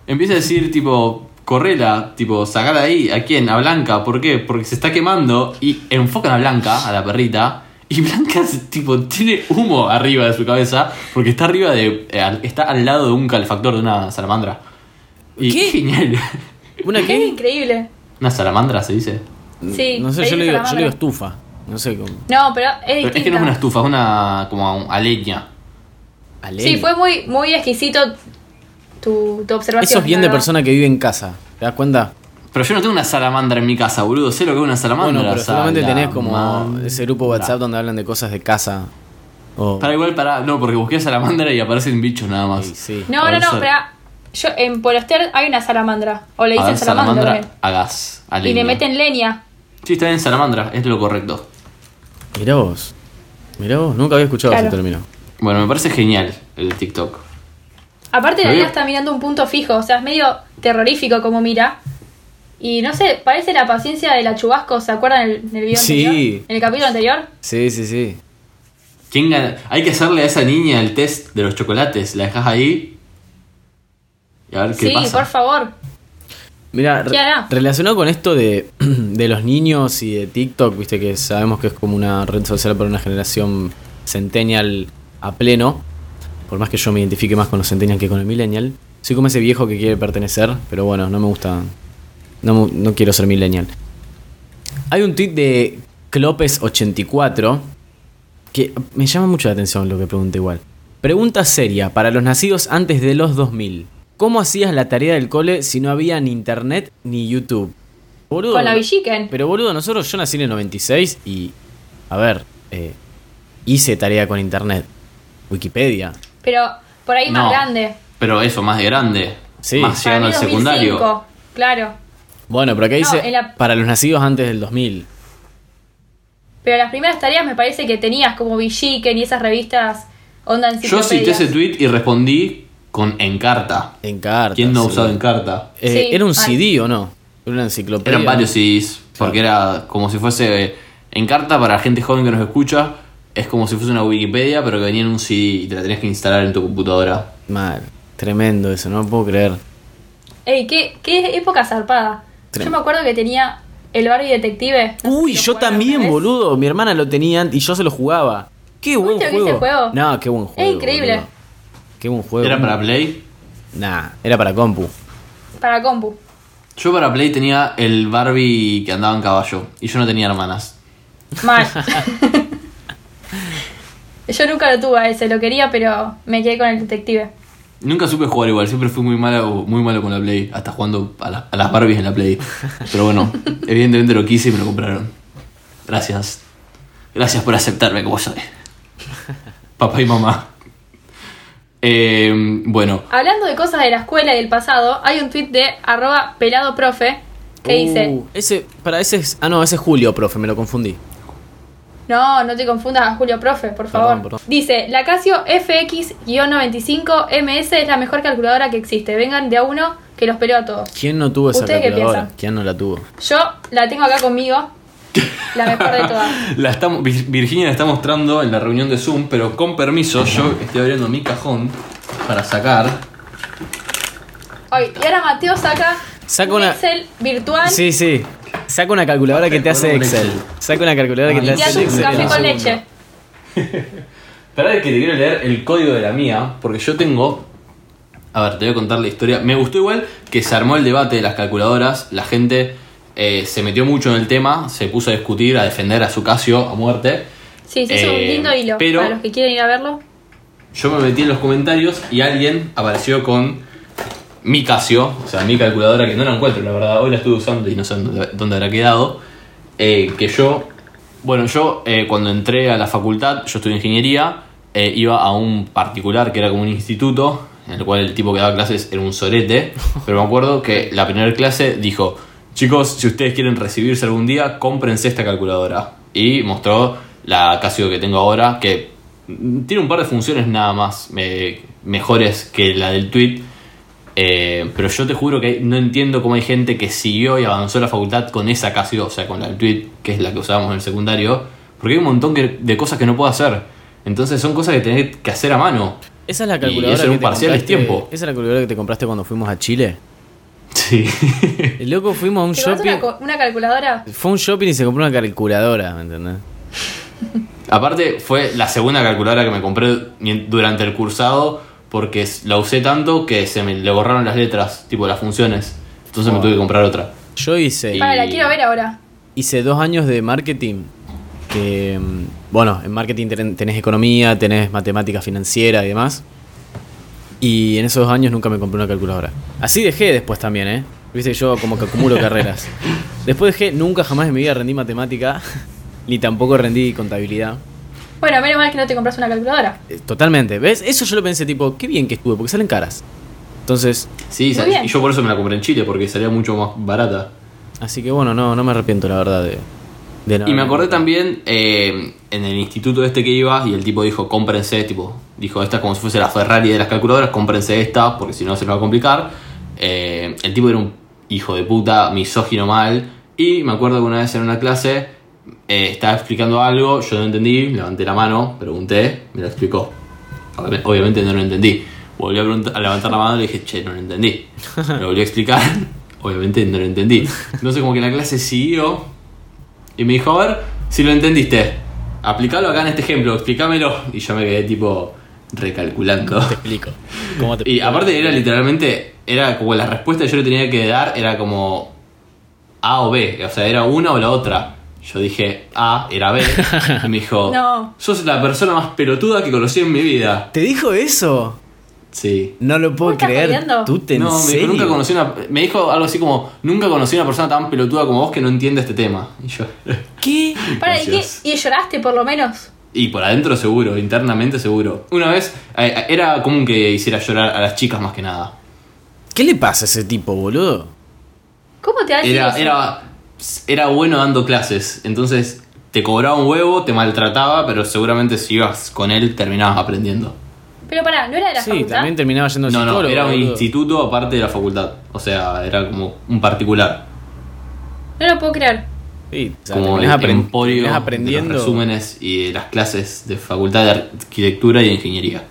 [SPEAKER 1] empieza a decir tipo, correla, tipo, sacala de ahí, ¿a quién? A Blanca, ¿por qué? Porque se está quemando y enfocan a Blanca, a la perrita. Y Blanca se- tipo, tiene humo arriba de su cabeza porque está arriba de... eh, al- está al lado de un calefactor de una salamandra. Y
[SPEAKER 2] ¿Qué?
[SPEAKER 1] genial.
[SPEAKER 2] ¿Una
[SPEAKER 3] Es
[SPEAKER 2] qué? Mm,
[SPEAKER 3] increíble.
[SPEAKER 1] ¿Una salamandra se dice?
[SPEAKER 3] Sí,
[SPEAKER 2] No sé,
[SPEAKER 3] le
[SPEAKER 2] yo le
[SPEAKER 3] dice
[SPEAKER 2] digo, yo le
[SPEAKER 3] la
[SPEAKER 2] digo
[SPEAKER 3] madre.
[SPEAKER 2] estufa. No sé cómo.
[SPEAKER 3] No, pero es
[SPEAKER 1] Pero
[SPEAKER 3] distinta.
[SPEAKER 1] es que no es una estufa, es una como a leña.
[SPEAKER 3] Sí, fue muy, muy exquisito tu, tu observación.
[SPEAKER 2] Eso es bien
[SPEAKER 3] la
[SPEAKER 2] de
[SPEAKER 3] verdad.
[SPEAKER 2] persona que vive en casa. ¿Te das cuenta?
[SPEAKER 1] Pero yo no tengo una salamandra en mi casa, boludo. Sé lo que es una salamandra.
[SPEAKER 2] Bueno, pero solamente tenés como
[SPEAKER 1] Salamandra.
[SPEAKER 2] ese grupo WhatsApp donde hablan de cosas de casa. Oh, O-
[SPEAKER 1] Para igual, para. No, porque busqué salamandra y aparecen bichos nada más.
[SPEAKER 2] Sí, sí.
[SPEAKER 3] No, no,
[SPEAKER 1] Por
[SPEAKER 3] no,
[SPEAKER 1] eso-
[SPEAKER 3] espera. Yo, en Polaster hay una salamandra. O le
[SPEAKER 1] A
[SPEAKER 3] dicen
[SPEAKER 1] ver,
[SPEAKER 3] salamandra.
[SPEAKER 1] salamandra
[SPEAKER 3] también.
[SPEAKER 1] a gas. a
[SPEAKER 3] y
[SPEAKER 1] leña.
[SPEAKER 3] le meten leña.
[SPEAKER 1] Sí, está bien, salamandra, es lo correcto.
[SPEAKER 2] Mirá vos. Mirá vos, nunca había escuchado
[SPEAKER 3] Claro.
[SPEAKER 2] ese término.
[SPEAKER 1] Bueno, me parece genial el TikTok.
[SPEAKER 3] Aparte la
[SPEAKER 1] Muy bien.
[SPEAKER 3] nena está mirando un punto fijo, o sea, es medio terrorífico como mira. Y no sé, parece la paciencia de la chubasco, ¿se acuerdan en el, en el video
[SPEAKER 2] Sí.
[SPEAKER 3] anterior? En el capítulo anterior.
[SPEAKER 2] Sí, sí, sí.
[SPEAKER 1] ¿Quién gana? Hay que hacerle a esa niña el test de los chocolates. La dejas ahí. Y a ver qué
[SPEAKER 3] Sí,
[SPEAKER 1] pasa.
[SPEAKER 3] por favor.
[SPEAKER 2] Mira,
[SPEAKER 3] ¿Qué hará?
[SPEAKER 2] relacionado con esto de, de los niños y de TikTok, viste que sabemos que es como una red social para una generación centennial a pleno. Por más que yo me identifique más con los centennial que con el millennial. Soy como ese viejo que quiere pertenecer, pero bueno, no me gusta. No, mu- no quiero ser millennial. Hay un tweet de Clopes84 que me llama mucho la atención lo que pregunta igual. Pregunta seria para los nacidos antes de los 2000. ¿Cómo hacías la tarea del cole si no había ni internet ni YouTube? Boludo,
[SPEAKER 3] Con la Villiquen.
[SPEAKER 2] Pero boludo, nosotros, yo nací en el 96 y, a ver, eh, hice tarea con internet. Wikipedia.
[SPEAKER 3] Pero por ahí
[SPEAKER 1] No,
[SPEAKER 3] más grande.
[SPEAKER 1] Pero eso, más de grande.
[SPEAKER 2] Sí.
[SPEAKER 1] Más
[SPEAKER 3] Para
[SPEAKER 1] llegando
[SPEAKER 3] mí
[SPEAKER 1] al
[SPEAKER 3] 2005,
[SPEAKER 1] secundario.
[SPEAKER 3] Claro.
[SPEAKER 2] Bueno, pero acá
[SPEAKER 3] No,
[SPEAKER 2] dice
[SPEAKER 3] en la-
[SPEAKER 2] para los nacidos antes del 2000.
[SPEAKER 3] Pero las primeras tareas me parece que tenías como Villiquen y esas revistas onda
[SPEAKER 1] Yo
[SPEAKER 3] enciclopedias.
[SPEAKER 1] cité ese tweet y respondí con Encarta.
[SPEAKER 2] En carta.
[SPEAKER 1] ¿Quién no ha
[SPEAKER 2] sí.
[SPEAKER 1] usado Encarta?
[SPEAKER 2] Eh,
[SPEAKER 3] Sí,
[SPEAKER 2] ¿Era un
[SPEAKER 3] vale.
[SPEAKER 2] CD o no? Era una enciclopedia.
[SPEAKER 1] Eran varios CDs, porque era como si fuese eh, Encarta para gente joven que nos escucha. es como si fuese una Wikipedia, pero que venía en un CD y te la tenías que instalar en tu computadora.
[SPEAKER 2] Mal. Tremendo eso, no lo puedo creer.
[SPEAKER 3] Ey, ¿qué, qué época zarpada. Yo me acuerdo que tenía el Barbie Detective. No sé
[SPEAKER 2] Uy,
[SPEAKER 3] si lo
[SPEAKER 2] yo
[SPEAKER 3] jugaron alguna
[SPEAKER 2] también,
[SPEAKER 3] vez.
[SPEAKER 2] boludo. Mi hermana lo tenía antes y yo se lo jugaba. Qué buen
[SPEAKER 3] te lo que
[SPEAKER 2] juego.
[SPEAKER 3] hice juego?
[SPEAKER 2] No, qué buen juego.
[SPEAKER 3] increíble.
[SPEAKER 2] boludo. Qué buen juego.
[SPEAKER 1] ¿Era para Play?
[SPEAKER 2] Nah, era para compu.
[SPEAKER 3] Para compu.
[SPEAKER 1] Yo para Play tenía el Barbie que andaba en caballo y yo no tenía hermanas.
[SPEAKER 3] Mal. Yo nunca lo tuve a ese, lo quería, pero me quedé con el detective.
[SPEAKER 1] Nunca supe jugar igual, siempre fui muy malo, muy malo con la Play, hasta jugando a, la- a las Barbies en la Play. Pero bueno, evidentemente lo quise y me lo compraron. Gracias. Gracias por aceptarme como soy. Papá y mamá. Eh, bueno,
[SPEAKER 3] Hablando de cosas de la escuela y del pasado, hay un tweet de arroba pelado profe que dice,
[SPEAKER 2] Uh, Ese, para ese es. Ah, no, ese es Julio, profe, me lo confundí.
[SPEAKER 3] no, no te confundas a Julio Profe, por favor.
[SPEAKER 2] Perdón, perdón.
[SPEAKER 3] Dice, la Casio FX-95MS es la mejor calculadora que existe. Vengan de a uno que los peleo a todos.
[SPEAKER 2] ¿Quién no tuvo esa
[SPEAKER 3] ¿Ustedes qué
[SPEAKER 2] calculadora?
[SPEAKER 3] piensan?
[SPEAKER 2] ¿Quién no la tuvo?
[SPEAKER 3] Yo la tengo acá conmigo, la mejor de todas.
[SPEAKER 1] la estamos, Vir- Virginia la está mostrando en la reunión de Zoom, pero con permiso, yo estoy abriendo mi cajón para sacar.
[SPEAKER 3] Ay, y ahora Mateo saca,
[SPEAKER 2] Saca
[SPEAKER 3] un
[SPEAKER 2] una-
[SPEAKER 3] Excel virtual
[SPEAKER 2] Sí, sí. Saca una calculadora que te hace
[SPEAKER 1] Calculadora
[SPEAKER 2] Excel.
[SPEAKER 1] Excel.
[SPEAKER 2] Saca una calculadora que
[SPEAKER 1] Ah,
[SPEAKER 2] te
[SPEAKER 1] y
[SPEAKER 3] y te
[SPEAKER 2] hace
[SPEAKER 3] hace
[SPEAKER 2] el
[SPEAKER 3] un
[SPEAKER 1] Excelente.
[SPEAKER 3] café
[SPEAKER 2] Excel.
[SPEAKER 3] con
[SPEAKER 1] Segundo.
[SPEAKER 3] leche.
[SPEAKER 1] Esperá que te quiero leer el código de la mía, porque yo tengo. A ver, te voy a contar la historia. Me gustó igual que se armó el debate de las calculadoras. La gente eh, se metió mucho en el tema, se puso a discutir, a defender a su Casio a muerte.
[SPEAKER 3] Sí, sí, es un
[SPEAKER 1] Eh,
[SPEAKER 3] lindo hilo
[SPEAKER 1] pero-
[SPEAKER 3] para los que quieren ir a verlo.
[SPEAKER 1] Yo me metí en los comentarios y alguien apareció con mi Casio, o sea, mi calculadora, que no la encuentro, la verdad. Hoy la estuve usando y no sé dónde, dónde habrá quedado. Eh, que yo, bueno, yo eh, cuando entré a la facultad, yo estudié ingeniería, eh, iba a un particular que era como un instituto, en el cual el tipo que daba clases era un sorete. Pero me acuerdo que la primera clase dijo: Chicos, si ustedes quieren recibirse algún día, cómprense esta calculadora. Y mostró la Casio que tengo ahora, que mm, tiene un par de funciones nada más eh, mejores que la del tweet. Eh, pero yo te juro que no entiendo cómo hay gente que siguió y avanzó la facultad con esa casi, o sea, con la del tweet, que es la que usábamos en el secundario, porque hay un montón que- de cosas que no puedo hacer. Entonces son cosas que tenés que hacer a mano.
[SPEAKER 2] Esa es la
[SPEAKER 1] Y
[SPEAKER 2] calculadora.
[SPEAKER 1] eso en
[SPEAKER 2] que
[SPEAKER 1] un
[SPEAKER 2] te
[SPEAKER 1] parcial es
[SPEAKER 2] compraste-
[SPEAKER 1] tiempo.
[SPEAKER 2] Esa es la calculadora que te compraste cuando fuimos a Chile.
[SPEAKER 1] Sí.
[SPEAKER 2] El loco fuimos a un
[SPEAKER 3] ¿Te compras
[SPEAKER 2] shopping.
[SPEAKER 3] una, co- una calculadora?
[SPEAKER 2] Fue a un shopping y se compró una calculadora, ¿me entendés?
[SPEAKER 1] Aparte, fue la segunda calculadora que me compré mien- durante el cursado, porque s- la usé tanto que se me le borraron las letras, tipo las funciones. Entonces me tuve que comprar otra.
[SPEAKER 2] Yo hice.
[SPEAKER 1] Y-
[SPEAKER 3] Para, la quiero ver ahora.
[SPEAKER 2] Hice dos años de marketing. Que, mm, bueno, en marketing ten- tenés economía, tenés matemática financiera y demás. Y en esos dos años nunca me compré una calculadora. Así dejé después también, ¿eh? Viste, yo como que acumulo carreras. Después dejé, nunca jamás en mi vida rendí matemática, ni tampoco rendí contabilidad.
[SPEAKER 3] Bueno, menos mal que no te compras una calculadora.
[SPEAKER 2] Eh, Totalmente, ¿ves? Eso yo lo pensé, tipo, qué bien que estuve, porque salen caras. Entonces,
[SPEAKER 1] Sí,
[SPEAKER 3] Muy
[SPEAKER 1] sa-
[SPEAKER 3] bien.
[SPEAKER 1] y yo por eso me la compré en Chile, porque salía mucho más barata.
[SPEAKER 2] así que bueno, no, no me arrepiento, la verdad, de, de no
[SPEAKER 1] Y me
[SPEAKER 2] haber-
[SPEAKER 1] acordé también eh, en el instituto este que ibas y el tipo dijo, cómprense, tipo, dijo, esta es como si fuese la Ferrari de las calculadoras, cómprense esta, porque si no se me va a complicar. Eh, el tipo era un hijo de puta, misógino mal. Y me acuerdo que una vez en una clase eh, estaba explicando algo, yo no entendí, levanté la mano, pregunté, me lo explicó. Obvi- Obviamente no lo entendí. Volví a, preguntar- a levantar la mano y le dije, che, no lo entendí. Me lo volví a explicar, obviamente no lo entendí. Entonces como que la clase siguió, y me dijo, a ver, si lo entendiste, aplicalo acá en este ejemplo, explícamelo. Y yo me quedé tipo recalculando.
[SPEAKER 2] Te explico. ¿Cómo te
[SPEAKER 1] Y aparte era literalmente, era como la respuesta que yo le tenía que dar era como A o B, o sea, era una o la otra. Yo dije A, era B. Y me dijo,
[SPEAKER 3] No.
[SPEAKER 1] sos la persona más pelotuda que conocí en mi vida.
[SPEAKER 2] ¿Te dijo eso?
[SPEAKER 1] Sí.
[SPEAKER 2] No lo puedo
[SPEAKER 3] ¿Vos estás
[SPEAKER 2] creer.
[SPEAKER 3] jodiendo?
[SPEAKER 2] ¿Tú te
[SPEAKER 1] No, me dijo,
[SPEAKER 2] serio?
[SPEAKER 1] nunca conocí una, me dijo algo así como, nunca conocí a una persona tan pelotuda como vos que no entiende este tema. Y yo,
[SPEAKER 2] ¿Qué?
[SPEAKER 3] Para, ¿y, qué?
[SPEAKER 1] Gracias.
[SPEAKER 3] ¿Y lloraste por lo menos?
[SPEAKER 1] Y por adentro seguro, internamente seguro. Una vez eh, era común que hiciera llorar a las chicas más que nada.
[SPEAKER 2] ¿Qué le pasa a ese tipo, boludo?
[SPEAKER 3] ¿Cómo te haces
[SPEAKER 1] Era,
[SPEAKER 3] eso?
[SPEAKER 1] era, era bueno dando clases, entonces te cobraba un huevo, te maltrataba, pero seguramente si ibas con él terminabas aprendiendo.
[SPEAKER 3] Pero pará, ¿no era de la
[SPEAKER 2] Sí,
[SPEAKER 3] facultad?
[SPEAKER 2] también terminaba yendo al
[SPEAKER 1] No, no,
[SPEAKER 2] psicólogo,
[SPEAKER 1] era un
[SPEAKER 2] boludo.
[SPEAKER 1] instituto aparte de la facultad, o sea, era como un particular.
[SPEAKER 3] No lo puedo creer.
[SPEAKER 2] Sí, o sea,
[SPEAKER 1] como el
[SPEAKER 2] terminás apren-
[SPEAKER 1] emporio
[SPEAKER 2] terminás
[SPEAKER 1] de
[SPEAKER 2] aprendiendo.
[SPEAKER 1] los resúmenes y de las clases de facultad de arquitectura y de ingeniería.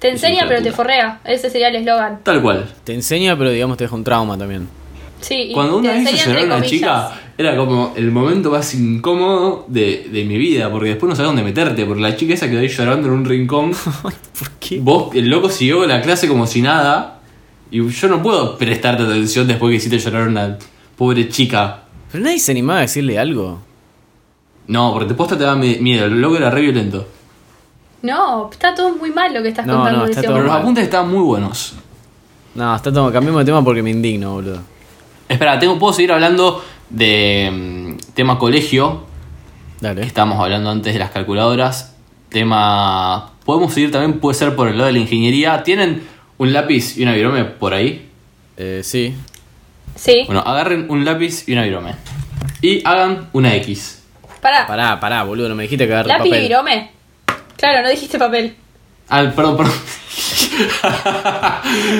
[SPEAKER 3] Te enseña, pero te
[SPEAKER 1] literatura.
[SPEAKER 3] forrea. Ese sería el eslogan.
[SPEAKER 1] Tal cual.
[SPEAKER 2] Te enseña, pero digamos te deja un trauma también.
[SPEAKER 3] Sí, y
[SPEAKER 1] Cuando una
[SPEAKER 3] te
[SPEAKER 1] vez hizo
[SPEAKER 3] enseña
[SPEAKER 1] llorar a
[SPEAKER 3] entre
[SPEAKER 1] una
[SPEAKER 3] comillas.
[SPEAKER 1] chica, era como el momento más incómodo de, de mi vida, porque después no sabía dónde meterte, porque la chica esa quedó ahí llorando en un rincón.
[SPEAKER 2] ¿Por qué?
[SPEAKER 1] Vos, el loco siguió la clase como si nada, y yo no puedo prestarte atención después que hiciste llorar a una pobre chica.
[SPEAKER 2] Pero nadie se animaba a decirle algo.
[SPEAKER 1] No, porque te posta te da mi- miedo, el loco era re violento.
[SPEAKER 3] No, está todo muy mal lo que estás
[SPEAKER 2] No,
[SPEAKER 3] contando
[SPEAKER 2] no,
[SPEAKER 3] de
[SPEAKER 2] está
[SPEAKER 3] ese
[SPEAKER 2] todo
[SPEAKER 1] Pero
[SPEAKER 3] hombre.
[SPEAKER 1] los
[SPEAKER 2] mal.
[SPEAKER 1] apuntes estaban muy buenos.
[SPEAKER 2] No, está todo, cambiemos de tema porque me indigno, boludo.
[SPEAKER 1] Espera, tengo, puedo seguir hablando de mm, tema colegio, que
[SPEAKER 2] Dale.
[SPEAKER 1] estábamos hablando antes de las calculadoras. Tema. Podemos seguir también, puede ser por el lado de la ingeniería. ¿Tienen un lápiz y una virome por ahí?
[SPEAKER 2] Eh, sí.
[SPEAKER 3] Sí.
[SPEAKER 1] Bueno, agarren un lápiz y una virome. Y hagan una X.
[SPEAKER 3] Pará.
[SPEAKER 2] Pará, pará, boludo, no me dijiste que agarre
[SPEAKER 3] ¿Lápiz y
[SPEAKER 2] papel.
[SPEAKER 3] virome? Claro, no dijiste papel.
[SPEAKER 1] Ah, perdón, perdón.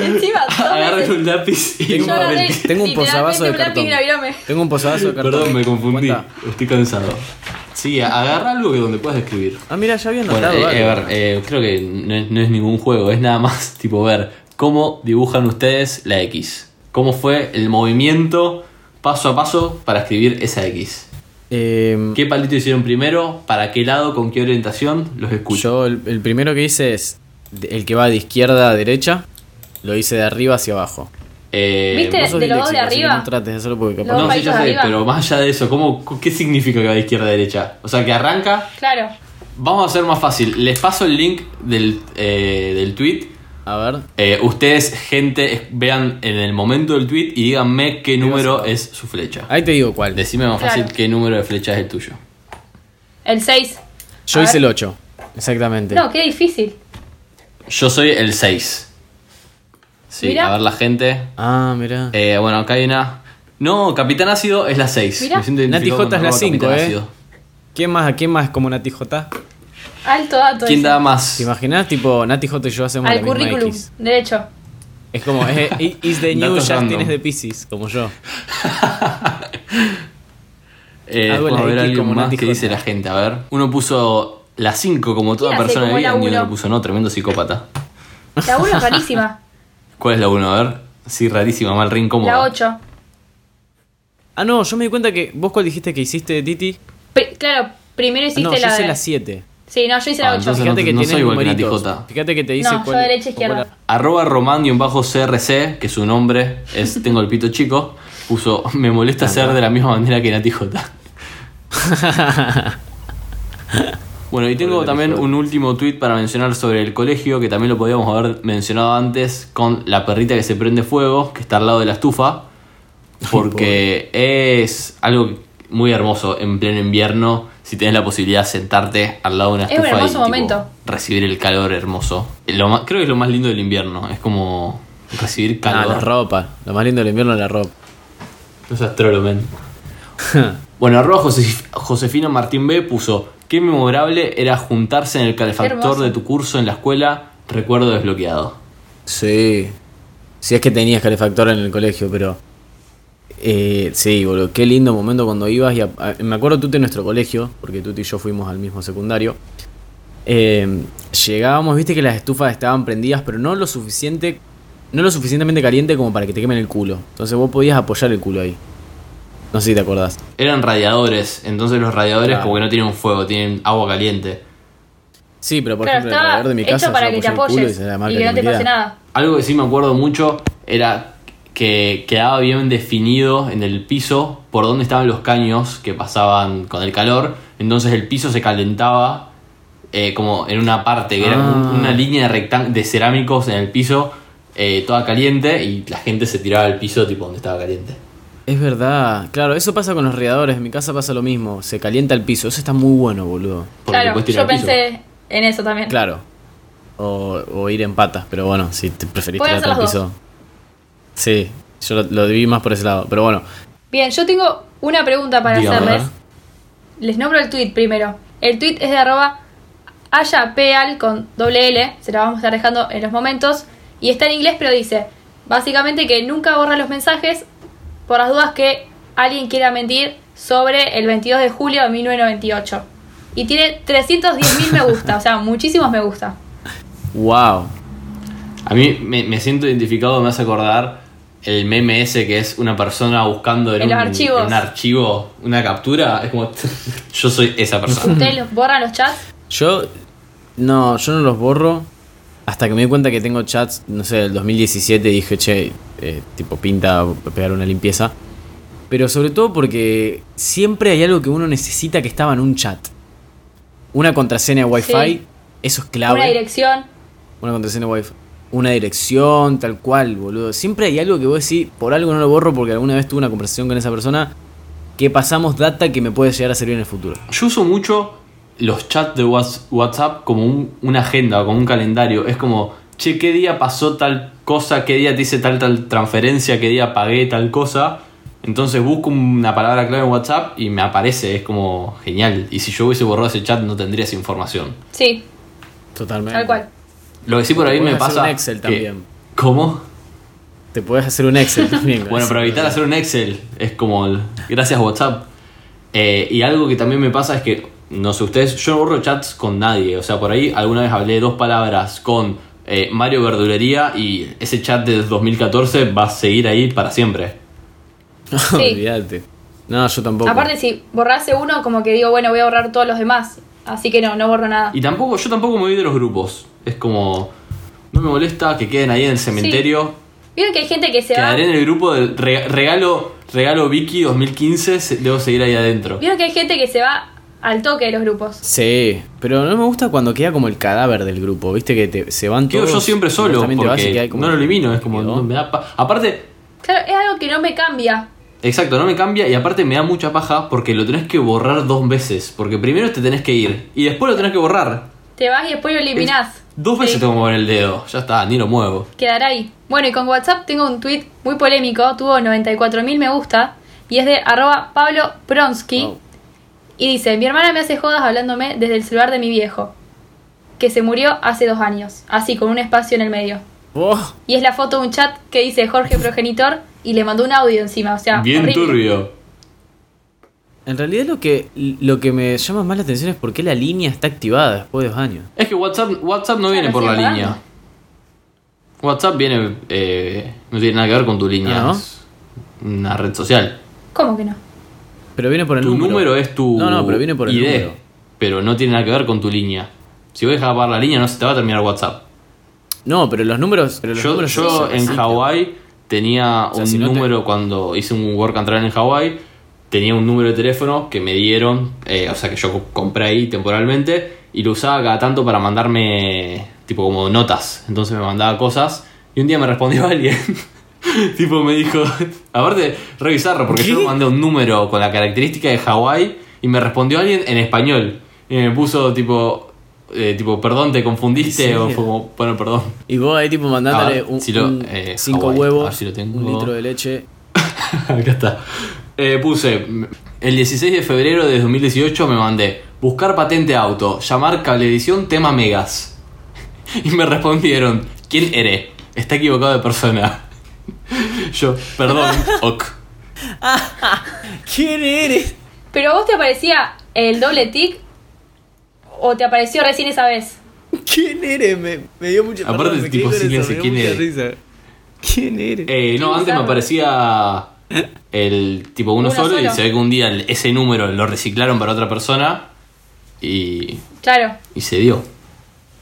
[SPEAKER 3] Encima, dos
[SPEAKER 1] agarren
[SPEAKER 3] veces.
[SPEAKER 1] un lápiz y
[SPEAKER 3] Yo
[SPEAKER 1] un papel.
[SPEAKER 3] agarré
[SPEAKER 2] Tengo un
[SPEAKER 3] literalmente
[SPEAKER 2] posavasos de
[SPEAKER 3] un lápiz y una
[SPEAKER 2] cartón.
[SPEAKER 3] virome.
[SPEAKER 2] Tengo un posadazo de cartón.
[SPEAKER 1] Perdón, me confundí.
[SPEAKER 2] ¿Cuenta?
[SPEAKER 1] Estoy cansado. Sí, agarra algo que donde puedas escribir.
[SPEAKER 2] Ah, mira, ya había
[SPEAKER 1] Bueno,
[SPEAKER 2] notado.
[SPEAKER 1] eh,
[SPEAKER 2] algo.
[SPEAKER 1] eh, ver, eh, creo que no es, no es ningún juego, es nada más tipo ver cómo dibujan ustedes la X. Cómo fue el movimiento paso a paso para escribir esa X.
[SPEAKER 2] Eh,
[SPEAKER 1] ¿Qué palito hicieron primero? ¿Para qué lado? ¿Con qué orientación? Los escucho.
[SPEAKER 2] Yo el, el primero que hice es de- el que va de izquierda a derecha, lo hice de arriba hacia abajo.
[SPEAKER 1] Eh,
[SPEAKER 3] ¿Viste?
[SPEAKER 2] Vos sos
[SPEAKER 3] ¿De los dos de
[SPEAKER 2] disléxico, así que
[SPEAKER 3] arriba?
[SPEAKER 2] No trates de hacerlo porque capaz.
[SPEAKER 3] Los
[SPEAKER 1] No, sí,
[SPEAKER 3] palitos
[SPEAKER 1] ya sé,
[SPEAKER 3] arriba.
[SPEAKER 1] pero más allá de eso, ¿cómo, cu- ¿qué significa que va de izquierda a derecha? O sea, que arranca.
[SPEAKER 3] Claro.
[SPEAKER 1] Vamos a hacer más fácil. Les paso el link del, eh, del tweet.
[SPEAKER 2] A ver.
[SPEAKER 1] Eh, ustedes, gente, es- vean en el momento del tweet y díganme qué número es su flecha.
[SPEAKER 2] Ahí te digo cuál.
[SPEAKER 1] Decime más
[SPEAKER 3] Claro.
[SPEAKER 1] fácil qué número de flechas es el tuyo.
[SPEAKER 3] El 6.
[SPEAKER 2] Yo
[SPEAKER 3] a
[SPEAKER 2] hice
[SPEAKER 3] ver.
[SPEAKER 2] el 8. Exactamente.
[SPEAKER 3] No, qué difícil.
[SPEAKER 1] Yo soy el 6. Sí,
[SPEAKER 3] Mirá.
[SPEAKER 1] a ver la gente.
[SPEAKER 2] Ah, mirá.
[SPEAKER 1] Eh, bueno, acá hay una. No, Capitán Ácido es la 6.
[SPEAKER 3] Mirá.
[SPEAKER 2] Nati Jota es la cinco, eh. ¿Quién más? ¿Quién más como Nati J?
[SPEAKER 3] Alto dato.
[SPEAKER 1] ¿Quién
[SPEAKER 3] ese.
[SPEAKER 1] da más?
[SPEAKER 2] ¿Te imaginas? Tipo, Nati J y yo hacemos
[SPEAKER 3] Al
[SPEAKER 2] la misma
[SPEAKER 3] currículum.
[SPEAKER 2] X.
[SPEAKER 3] Derecho.
[SPEAKER 2] Es como, es, es- is the new
[SPEAKER 1] Datos
[SPEAKER 2] Justin
[SPEAKER 1] random.
[SPEAKER 2] es de Pisces, como yo.
[SPEAKER 1] Eh,
[SPEAKER 2] Hago
[SPEAKER 1] después
[SPEAKER 2] la
[SPEAKER 1] a ver
[SPEAKER 2] X
[SPEAKER 1] alguien
[SPEAKER 2] como
[SPEAKER 1] más
[SPEAKER 2] Nati
[SPEAKER 1] que
[SPEAKER 2] Jota.
[SPEAKER 1] dice la gente. A ver. Uno puso la 5 como toda
[SPEAKER 3] ¿Quién hace
[SPEAKER 1] persona de
[SPEAKER 3] como
[SPEAKER 1] vida
[SPEAKER 3] la
[SPEAKER 1] y uno
[SPEAKER 3] uno?
[SPEAKER 1] lo puso no. Tremendo psicópata.
[SPEAKER 3] La 1 es rarísima.
[SPEAKER 1] ¿Cuál es la 1? A ver. Sí, rarísima, mal re incómoda.
[SPEAKER 3] La 8.
[SPEAKER 2] Ah, no, yo me di cuenta que vos cuál dijiste que hiciste, Titi.
[SPEAKER 3] Pri- claro, primero
[SPEAKER 2] Ah,
[SPEAKER 3] hiciste
[SPEAKER 2] no, yo
[SPEAKER 3] la.
[SPEAKER 2] hice
[SPEAKER 3] de-
[SPEAKER 2] la 7.
[SPEAKER 3] Sí, no, yo hice
[SPEAKER 1] Ah,
[SPEAKER 3] la 8.
[SPEAKER 1] entonces
[SPEAKER 2] Fíjate
[SPEAKER 1] no-
[SPEAKER 2] que
[SPEAKER 1] no
[SPEAKER 2] tiene
[SPEAKER 1] soy igual que Nati
[SPEAKER 2] numeritos.
[SPEAKER 1] J.
[SPEAKER 2] Fíjate que te dice
[SPEAKER 3] No, yo
[SPEAKER 2] cuál.
[SPEAKER 3] derecha,
[SPEAKER 2] cuál
[SPEAKER 3] izquierda.
[SPEAKER 2] era.
[SPEAKER 1] Arroba Román y un bajo CRC, que su nombre es Tengo el pito chico, puso Me molesta ser de la misma manera que Nati J. Bueno, y tengo también un último tweet para mencionar sobre el colegio, que también lo podíamos haber mencionado antes, con la perrita que se prende fuego, que está al lado de la estufa, porque es algo muy hermoso en pleno invierno, si tenés la posibilidad de sentarte al lado de una
[SPEAKER 3] Es un
[SPEAKER 1] estufa y
[SPEAKER 3] hermoso
[SPEAKER 1] tipo,
[SPEAKER 3] momento.
[SPEAKER 1] recibir el calor hermoso. Lo más- creo que es lo más lindo del invierno, es como recibir
[SPEAKER 2] Ah, la
[SPEAKER 1] calor.
[SPEAKER 2] ropa. Lo más lindo del invierno es la ropa.
[SPEAKER 1] No seas trolo, men. bueno, arroba Josef- Josefina Martín B puso, qué memorable era juntarse en el calefactor
[SPEAKER 3] Hermoso.
[SPEAKER 1] de tu curso en la escuela, recuerdo desbloqueado.
[SPEAKER 2] Sí. Si es que tenías calefactor en el colegio, pero. eh, sí, boludo. Qué lindo momento cuando ibas. Y a- a- me acuerdo tú de nuestro colegio, porque tú y yo fuimos al mismo secundario. Eh, llegábamos, viste que las estufas estaban prendidas, pero no lo suficiente. No lo suficientemente caliente como para que te quemen el culo. Entonces vos podías apoyar el culo ahí. No sé si te acordás.
[SPEAKER 1] Eran radiadores, entonces los radiadores
[SPEAKER 2] Claro.
[SPEAKER 1] como que no tienen fuego, tienen agua caliente.
[SPEAKER 2] Sí, pero por
[SPEAKER 3] Claro,
[SPEAKER 2] ejemplo, el radiador
[SPEAKER 3] estaba
[SPEAKER 2] de mi
[SPEAKER 3] hecho
[SPEAKER 2] casa. yo
[SPEAKER 3] para que
[SPEAKER 2] apoyé
[SPEAKER 3] te
[SPEAKER 2] el culo
[SPEAKER 3] apoyes
[SPEAKER 2] y se marca
[SPEAKER 3] y que no te
[SPEAKER 2] calidad.
[SPEAKER 3] pase nada.
[SPEAKER 1] Algo que sí me acuerdo mucho era que quedaba bien definido en el piso por dónde estaban los caños que pasaban con el calor. Entonces el piso se calentaba eh, como en una parte, que era
[SPEAKER 2] Ah.
[SPEAKER 1] un- una línea de, rectán- de cerámicos en el piso, eh, toda caliente, y la gente se tiraba al piso tipo donde estaba caliente.
[SPEAKER 2] Es verdad, claro, eso pasa con los radiadores, en mi casa pasa lo mismo, se calienta el piso, eso está muy bueno, boludo.
[SPEAKER 1] Porque te
[SPEAKER 3] claro,
[SPEAKER 1] puedes tirar
[SPEAKER 3] yo
[SPEAKER 1] al piso.
[SPEAKER 3] pensé en eso también.
[SPEAKER 2] Claro. O, o ir en patas, pero bueno, si te preferís
[SPEAKER 3] Pueden
[SPEAKER 2] tirarte al
[SPEAKER 3] ser los
[SPEAKER 2] piso. Sí, yo lo, lo vi más por ese lado, pero bueno.
[SPEAKER 3] Bien, yo tengo una pregunta para
[SPEAKER 1] Dígame.
[SPEAKER 3] hacerles. Les nombro el tweet primero. El tweet es de arroba ayapeal con doble L, se la vamos a estar dejando en los momentos. Y está en inglés, pero dice, básicamente que nunca borra los mensajes por las dudas que alguien quiera mentir sobre el 22 de julio de 1998. Y tiene 310.000 me gusta, o sea, muchísimos me gusta.
[SPEAKER 2] Wow.
[SPEAKER 1] A mí me, me siento identificado, me hace acordar el meme ese que es una persona buscando en,
[SPEAKER 3] En los
[SPEAKER 1] un,
[SPEAKER 3] archivos.
[SPEAKER 1] en un archivo una captura. Es como, yo soy esa persona.
[SPEAKER 3] ¿Ustedes los borran los chats?
[SPEAKER 2] Yo no, yo no los borro. Hasta que me di cuenta que tengo chats, no sé, del 2017 dije, che, eh, tipo pinta pegar una limpieza. Pero sobre todo porque siempre hay algo que uno necesita que estaba en un chat. Una contraseña de Wi-Fi,
[SPEAKER 3] Sí.
[SPEAKER 2] eso es clave.
[SPEAKER 3] Una dirección.
[SPEAKER 2] Una contraseña de Wi-Fi. Una dirección, tal cual, boludo. Siempre hay algo que vos decís, por algo no lo borro porque alguna vez tuve una conversación con esa persona que pasamos data que me puede llegar a servir en el futuro.
[SPEAKER 1] Yo uso mucho los chats de Whats- WhatsApp como un- una agenda, como un calendario. Es como, che, ¿qué día pasó tal cosa? ¿Qué día te hice tal, tal transferencia? ¿Qué día pagué tal cosa? Entonces busco una palabra clave en WhatsApp y me aparece. Es como genial. Y si yo hubiese borrado ese chat no tendría esa información.
[SPEAKER 3] Sí,
[SPEAKER 2] Totalmente.
[SPEAKER 3] tal cual.
[SPEAKER 1] Lo que sí por ahí me
[SPEAKER 2] Podés hacer
[SPEAKER 1] pasa...
[SPEAKER 2] un Excel
[SPEAKER 1] que-
[SPEAKER 2] también.
[SPEAKER 1] ¿Cómo?
[SPEAKER 2] Te puedes hacer un Excel también. con
[SPEAKER 1] Bueno,
[SPEAKER 2] eso.
[SPEAKER 1] para evitar hacer un Excel es como el- gracias WhatsApp. Eh, y algo que también me pasa es que, no sé ustedes, yo no borro chats con nadie. O sea, por ahí alguna vez hablé dos palabras con eh, Mario Verdulería y ese chat de 2014 va a seguir ahí para siempre.
[SPEAKER 2] Olvídate. No, yo tampoco.
[SPEAKER 3] Aparte, si borrase uno, como que digo, bueno, voy a borrar todos los demás. Así que no, no borro nada.
[SPEAKER 1] Y tampoco, yo tampoco me voy de los grupos. Es como, no me molesta que queden ahí en el cementerio.
[SPEAKER 3] Vieron que hay gente que se va.
[SPEAKER 1] Quedaré en el grupo del re- regalo, regalo Vicky 2015, se- debo seguir ahí adentro.
[SPEAKER 3] Vieron que hay gente que se va al toque de los grupos.
[SPEAKER 2] Sí, pero no me gusta cuando queda como el cadáver del grupo, viste que te- se van
[SPEAKER 1] Quedo
[SPEAKER 2] todos.
[SPEAKER 1] yo siempre solo,
[SPEAKER 2] justamente vas y
[SPEAKER 1] porque
[SPEAKER 2] queda como-
[SPEAKER 1] no lo elimino, es como,
[SPEAKER 2] quedó.
[SPEAKER 1] no me da pa- Aparte,
[SPEAKER 3] Claro, es algo que no me cambia.
[SPEAKER 1] exacto, no me cambia y aparte me da mucha paja porque lo tenés que borrar dos veces, porque primero te tenés que ir y después lo tenés que borrar.
[SPEAKER 3] Te vas y después lo eliminás.
[SPEAKER 1] Dos
[SPEAKER 3] Sí.
[SPEAKER 1] veces tengo que mover el dedo, ya está, ni lo muevo.
[SPEAKER 3] Quedará ahí. Bueno, y con WhatsApp tengo un tweet muy polémico, tuvo 94.000 me gusta, y es de arroba Pablo Pronsky,
[SPEAKER 2] Wow.
[SPEAKER 3] y dice, mi hermana me hace jodas hablándome desde el celular de mi viejo, que se murió hace dos años, así con un espacio en el medio.
[SPEAKER 2] Oh,
[SPEAKER 3] Y es la foto de un chat que dice Jorge Progenitor y le mandó un audio encima, o sea,
[SPEAKER 1] Bien
[SPEAKER 3] horrible.
[SPEAKER 1] turbio.
[SPEAKER 2] en realidad lo que lo que me llama más la atención es por qué la línea está activada después de dos años.
[SPEAKER 1] Es que WhatsApp, WhatsApp no
[SPEAKER 3] Claro,
[SPEAKER 1] viene por la
[SPEAKER 3] sí, ¿verdad?
[SPEAKER 1] línea. WhatsApp viene, eh, no tiene nada que ver con tu línea,
[SPEAKER 2] Ah, ¿no?
[SPEAKER 1] es una red social.
[SPEAKER 3] ¿Cómo que no?
[SPEAKER 2] Pero viene por el
[SPEAKER 1] Tu
[SPEAKER 2] número.
[SPEAKER 1] número es tu
[SPEAKER 2] No, no, pero viene por el
[SPEAKER 1] ID,
[SPEAKER 2] número.
[SPEAKER 1] pero no tiene nada que ver con tu línea. Si vos dejás apagar la línea, no se te va a terminar WhatsApp.
[SPEAKER 2] No, pero los números. Pero los
[SPEAKER 1] Yo,
[SPEAKER 2] números
[SPEAKER 1] yo
[SPEAKER 2] se
[SPEAKER 1] en
[SPEAKER 2] reciclan.
[SPEAKER 1] Hawái tenía
[SPEAKER 2] O sea,
[SPEAKER 1] un
[SPEAKER 2] si no te-
[SPEAKER 1] número cuando hice un work and travel en Hawái, tenía un número de teléfono que me dieron, eh, o sea que yo co- compré ahí temporalmente y lo usaba cada tanto para mandarme tipo como notas, entonces me mandaba cosas y un día me respondió alguien. tipo me dijo, aparte re bizarro porque yo
[SPEAKER 2] ¿Qué?
[SPEAKER 1] le mandé un número con la característica de Hawái y me respondió alguien en español y me puso tipo eh, tipo perdón te confundiste o
[SPEAKER 2] serio?
[SPEAKER 1] fue como bueno perdón
[SPEAKER 2] Y vos ahí tipo
[SPEAKER 1] A
[SPEAKER 2] mandándole
[SPEAKER 1] ver,
[SPEAKER 2] un,
[SPEAKER 1] si lo-
[SPEAKER 2] un
[SPEAKER 1] eh,
[SPEAKER 2] cinco
[SPEAKER 1] Hawái, a
[SPEAKER 2] huevos,
[SPEAKER 1] ver si lo tengo.
[SPEAKER 2] un litro de leche.
[SPEAKER 1] Acá está. Eh, puse, el 16 de febrero de 2018 me mandé, buscar patente auto, llamar cablevisión tema megas. Y me respondieron, ¿quién eres? Está equivocado de persona. Yo, perdón, ok.
[SPEAKER 2] ¿Quién eres?
[SPEAKER 3] ¿Pero a vos te aparecía el doble tic o te apareció recién esa vez?
[SPEAKER 2] ¿Quién eres? Me, me dio mucha
[SPEAKER 1] Aparte,
[SPEAKER 2] perdón, me
[SPEAKER 1] tipo,
[SPEAKER 2] quedé
[SPEAKER 1] sí
[SPEAKER 2] con
[SPEAKER 1] le
[SPEAKER 2] eso,
[SPEAKER 1] hace,
[SPEAKER 2] me dio
[SPEAKER 1] "¿Quién
[SPEAKER 2] mucha
[SPEAKER 1] eres?".
[SPEAKER 2] risa. ¿Quién eres?
[SPEAKER 1] Eh, no, antes me aparecía el tipo uno,
[SPEAKER 3] Uno
[SPEAKER 1] solo, y
[SPEAKER 3] solo.
[SPEAKER 1] se ve que un día el- ese número lo reciclaron para otra persona y,
[SPEAKER 3] Claro.
[SPEAKER 1] y se dio.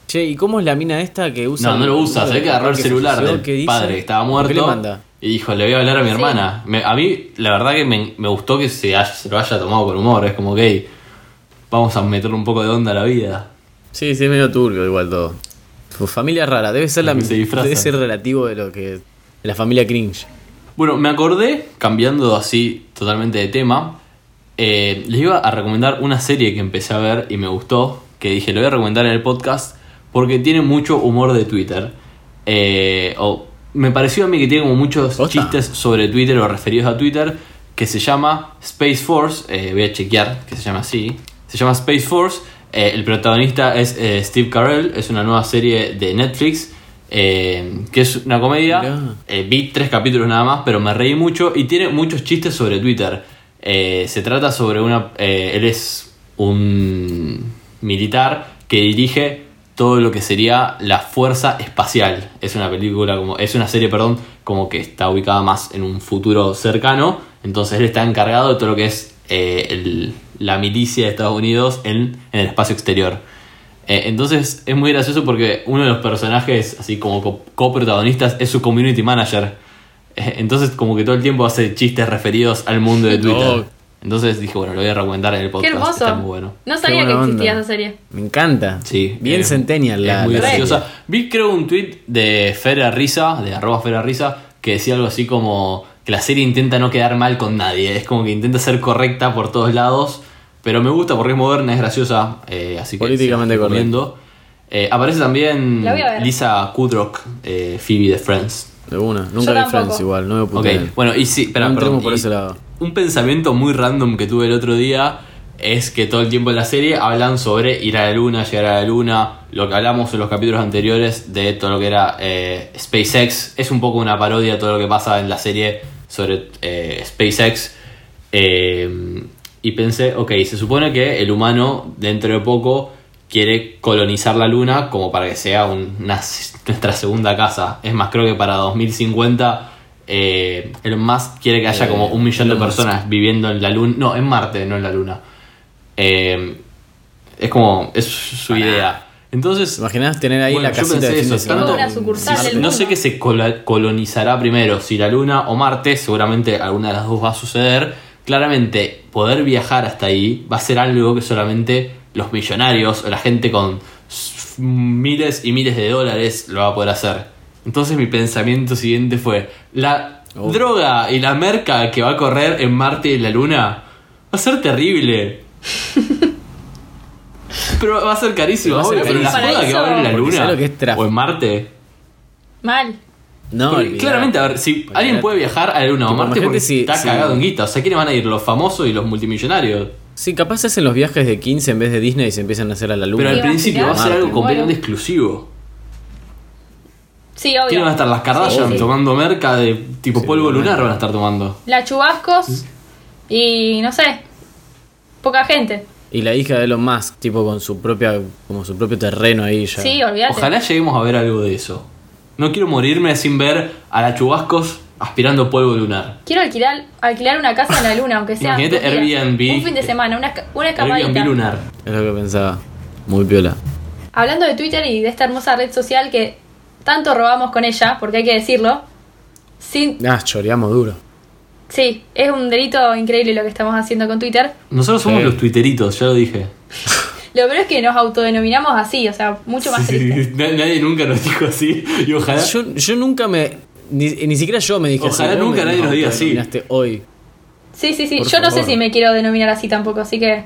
[SPEAKER 2] Che, ¿y cómo es la mina esta que usa?
[SPEAKER 1] No, no lo usa, se ve que agarró el celular
[SPEAKER 2] del
[SPEAKER 1] del padre que estaba muerto.
[SPEAKER 2] ¿Qué le manda?
[SPEAKER 1] Y dijo, le voy a hablar a mi hermana. Me- a mí, la verdad que me, me gustó que se, haya- se lo haya tomado con humor. Es como, ok, vamos a meterle un poco de onda a la vida.
[SPEAKER 2] Sí, sí, es medio turbio igual todo. Su familia es rara, debe ser la
[SPEAKER 1] Que se disfraza.
[SPEAKER 2] debe ser relativo de lo que de la familia cringe.
[SPEAKER 1] Bueno, me acordé, cambiando así totalmente de tema, eh, les iba a recomendar una serie que empecé a ver y me gustó, que dije, lo voy a recomendar en el podcast, porque tiene mucho humor de Twitter. Eh, o me pareció a mí que tiene como muchos
[SPEAKER 2] Posta.
[SPEAKER 1] chistes sobre Twitter o referidos a Twitter, que se llama Space Force, eh, voy a chequear que se llama así, se llama Space Force, eh, el protagonista es eh, Steve Carell, es una nueva serie de Netflix, eh, que es una comedia,
[SPEAKER 2] Mirá.
[SPEAKER 1] eh, vi tres capítulos nada más, pero me reí mucho y tiene muchos chistes sobre Twitter. Eh, Eh, se trata sobre una. eh, él es un militar que dirige todo lo que sería la fuerza espacial. Es una película como. Es una serie, perdón, como que está ubicada más en un futuro cercano. Entonces él está encargado de todo lo que es eh, el- la milicia de Estados Unidos en, en el espacio exterior. Eh, entonces es muy gracioso porque uno de los personajes, así como co- coprotagonistas, es su community manager. Eh, Entonces, como que todo el tiempo hace chistes referidos al mundo de Twitter.
[SPEAKER 2] Oh.
[SPEAKER 1] Entonces dije, bueno, lo voy a recomendar en el
[SPEAKER 3] Qué
[SPEAKER 1] podcast.
[SPEAKER 3] hermoso.
[SPEAKER 1] Está muy bueno.
[SPEAKER 3] No sabía
[SPEAKER 2] buena
[SPEAKER 3] que existía
[SPEAKER 2] onda.
[SPEAKER 3] esa serie.
[SPEAKER 2] Me encanta.
[SPEAKER 1] Sí.
[SPEAKER 2] Bien
[SPEAKER 1] eh,
[SPEAKER 2] centennial
[SPEAKER 1] es
[SPEAKER 2] la,
[SPEAKER 1] muy
[SPEAKER 2] la
[SPEAKER 1] graciosa.
[SPEAKER 2] serie.
[SPEAKER 1] Vi, creo, un tweet de Fera Risa, de arroba Fera Risa, que decía algo así como que la serie intenta no quedar mal con nadie. Es como que intenta ser correcta por todos lados. Pero me gusta porque es moderna, es graciosa. eh, así que
[SPEAKER 2] Políticamente
[SPEAKER 1] se la recomiendo. Eh, aparece también
[SPEAKER 3] La voy a ver.
[SPEAKER 1] Lisa Kudrock, eh, Phoebe de Friends.
[SPEAKER 2] De una. Nunca vi
[SPEAKER 3] tampoco.
[SPEAKER 2] Friends igual, no me puedo
[SPEAKER 1] Ok, bueno, y sí, espera,
[SPEAKER 2] Oh, No
[SPEAKER 1] perdón,
[SPEAKER 2] entremos por
[SPEAKER 1] y
[SPEAKER 2] ese lado.
[SPEAKER 1] Un pensamiento muy random que tuve el otro día es que todo el tiempo en la serie hablan sobre ir a la luna, llegar a la luna, lo que hablamos en los capítulos anteriores de todo lo que era eh, SpaceX. Es un poco una parodia de todo lo que pasa en la serie sobre eh, SpaceX. Eh, y pensé, ok, se supone que el humano dentro de poco quiere colonizar la luna como para que sea un- una- nuestra segunda casa. Es más, creo que para 2050 eh, Elon Musk quiere que haya
[SPEAKER 2] Eh,
[SPEAKER 1] como un millón de
[SPEAKER 2] Elon Musk.
[SPEAKER 1] personas viviendo en la luna. No, en Marte, no en la luna. Eh, es como, es su idea. Entonces,
[SPEAKER 2] ¿Te imaginás tener ahí
[SPEAKER 1] bueno,
[SPEAKER 2] la
[SPEAKER 1] yo
[SPEAKER 2] casita de
[SPEAKER 1] pensé
[SPEAKER 2] fin de
[SPEAKER 1] eso,
[SPEAKER 2] semana?
[SPEAKER 1] tanto-
[SPEAKER 3] Una sucursal
[SPEAKER 1] no-
[SPEAKER 3] del
[SPEAKER 1] No
[SPEAKER 3] mundo.
[SPEAKER 1] sé qué se cola- colonizará primero, si la Luna o Marte, seguramente alguna de las dos va a suceder. Claramente, poder viajar hasta ahí va a ser algo que solamente los millonarios o la gente con s- miles y miles de dólares lo va a poder hacer. Entonces mi pensamiento siguiente fue, la
[SPEAKER 2] Oh.
[SPEAKER 1] droga y la merca que va a correr en Marte y en la Luna va a ser terrible. Pero va a ser carísimo,
[SPEAKER 2] Va a ser
[SPEAKER 1] obvio, pero la
[SPEAKER 3] carísimo.
[SPEAKER 1] joda que va a haber en la
[SPEAKER 2] Porque
[SPEAKER 1] Luna
[SPEAKER 2] ¿sabes lo que es tráfico?
[SPEAKER 1] o en Marte.
[SPEAKER 3] Mal.
[SPEAKER 2] No,
[SPEAKER 1] Porque
[SPEAKER 2] olvidate.
[SPEAKER 1] claramente, a ver, si
[SPEAKER 2] Olvidate.
[SPEAKER 1] alguien puede viajar a la Luna o
[SPEAKER 2] Tipo,
[SPEAKER 1] Marte
[SPEAKER 2] imagínate
[SPEAKER 1] porque
[SPEAKER 2] si-
[SPEAKER 1] está
[SPEAKER 2] si-
[SPEAKER 1] cagado en guita. O sea, ¿quiénes van a ir? Los famosos y los multimillonarios.
[SPEAKER 2] Sí, capaz hacen los viajes de 15 en vez de Disney y se empiezan a hacer a Ah, la luna.
[SPEAKER 1] Pero al
[SPEAKER 3] Iba a
[SPEAKER 1] principio va
[SPEAKER 3] tirar.
[SPEAKER 1] a ser algo
[SPEAKER 3] Marte,
[SPEAKER 1] completamente
[SPEAKER 3] bueno.
[SPEAKER 1] exclusivo.
[SPEAKER 3] Sí, obvio.
[SPEAKER 1] ¿Quiénes van a estar? Las Kardashian
[SPEAKER 3] Sí, sí.
[SPEAKER 1] tomando merca de tipo
[SPEAKER 2] Sí,
[SPEAKER 1] polvo lunar
[SPEAKER 2] obviamente.
[SPEAKER 1] van a estar tomando.
[SPEAKER 3] Las chubascos
[SPEAKER 1] Mm.
[SPEAKER 3] y no sé. Poca gente.
[SPEAKER 2] Y la hija de Elon Musk, tipo con su propia, como su propio terreno ahí ya.
[SPEAKER 3] Sí, olvídate.
[SPEAKER 1] Ojalá lleguemos a ver algo de eso. No quiero morirme sin ver a la Chubascos aspirando polvo lunar.
[SPEAKER 3] Quiero alquilar, alquilar una casa en la luna, aunque sea.
[SPEAKER 1] Imagínate
[SPEAKER 3] dos días.
[SPEAKER 1] Airbnb.
[SPEAKER 3] Un fin de semana, una, esca- una escapadita.
[SPEAKER 1] Airbnb lunar.
[SPEAKER 2] Es lo que pensaba. Muy piola.
[SPEAKER 3] Hablando de Twitter y de esta hermosa red social que tanto robamos con ella, porque hay que decirlo. Sin,
[SPEAKER 2] Ah, choreamos duro.
[SPEAKER 3] sí, es un delito increíble lo que estamos haciendo con Twitter.
[SPEAKER 1] Nosotros somos
[SPEAKER 2] Sí.
[SPEAKER 1] los tuiteritos, ya lo dije.
[SPEAKER 3] Lo peor es que nos autodenominamos así, o sea, mucho más
[SPEAKER 1] Sí, sí,
[SPEAKER 3] triste.
[SPEAKER 1] sí. Na- Nadie nunca nos dijo así. Y ojalá.
[SPEAKER 2] Yo, yo nunca me. Ni, eh, ni siquiera yo me dije
[SPEAKER 1] Ojalá
[SPEAKER 2] así. Vos
[SPEAKER 1] nunca
[SPEAKER 2] me
[SPEAKER 1] nadie nos diga así.
[SPEAKER 2] autodenominaste hoy.
[SPEAKER 3] Sí, sí, sí.
[SPEAKER 2] Por
[SPEAKER 3] Yo no sé
[SPEAKER 2] favor.
[SPEAKER 3] si me quiero denominar así tampoco, así que.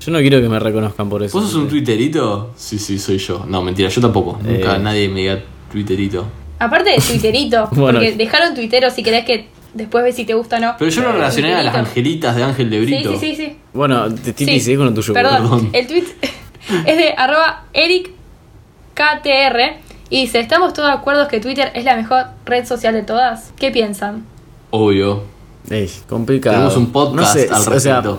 [SPEAKER 2] Yo no quiero que me reconozcan por eso.
[SPEAKER 1] ¿Vos sos un twitterito? Sí, sí, soy yo. No, mentira, yo tampoco. Nunca
[SPEAKER 2] Eh.
[SPEAKER 1] nadie me diga twitterito.
[SPEAKER 3] Aparte de Twitterito,
[SPEAKER 2] Bueno.
[SPEAKER 3] porque dejaron Twittero si querés que después ves si te gusta o no.
[SPEAKER 1] Pero yo lo relacioné a las
[SPEAKER 3] Twitterito.
[SPEAKER 1] angelitas de Ángel de Brito.
[SPEAKER 3] Sí, sí, sí, sí.
[SPEAKER 2] Bueno, te- Titi,
[SPEAKER 3] Sí.
[SPEAKER 2] seguí con lo tuyo.
[SPEAKER 3] Perdón.
[SPEAKER 1] perdón.
[SPEAKER 3] el tweet es de arroba ericktr y dice, ¿estamos todos de acuerdo que Twitter es la mejor red social de todas? ¿Qué piensan?
[SPEAKER 1] Obvio.
[SPEAKER 2] Ey, complicado.
[SPEAKER 1] Tenemos un podcast
[SPEAKER 2] No sé,
[SPEAKER 1] al
[SPEAKER 2] o sea,
[SPEAKER 1] respecto.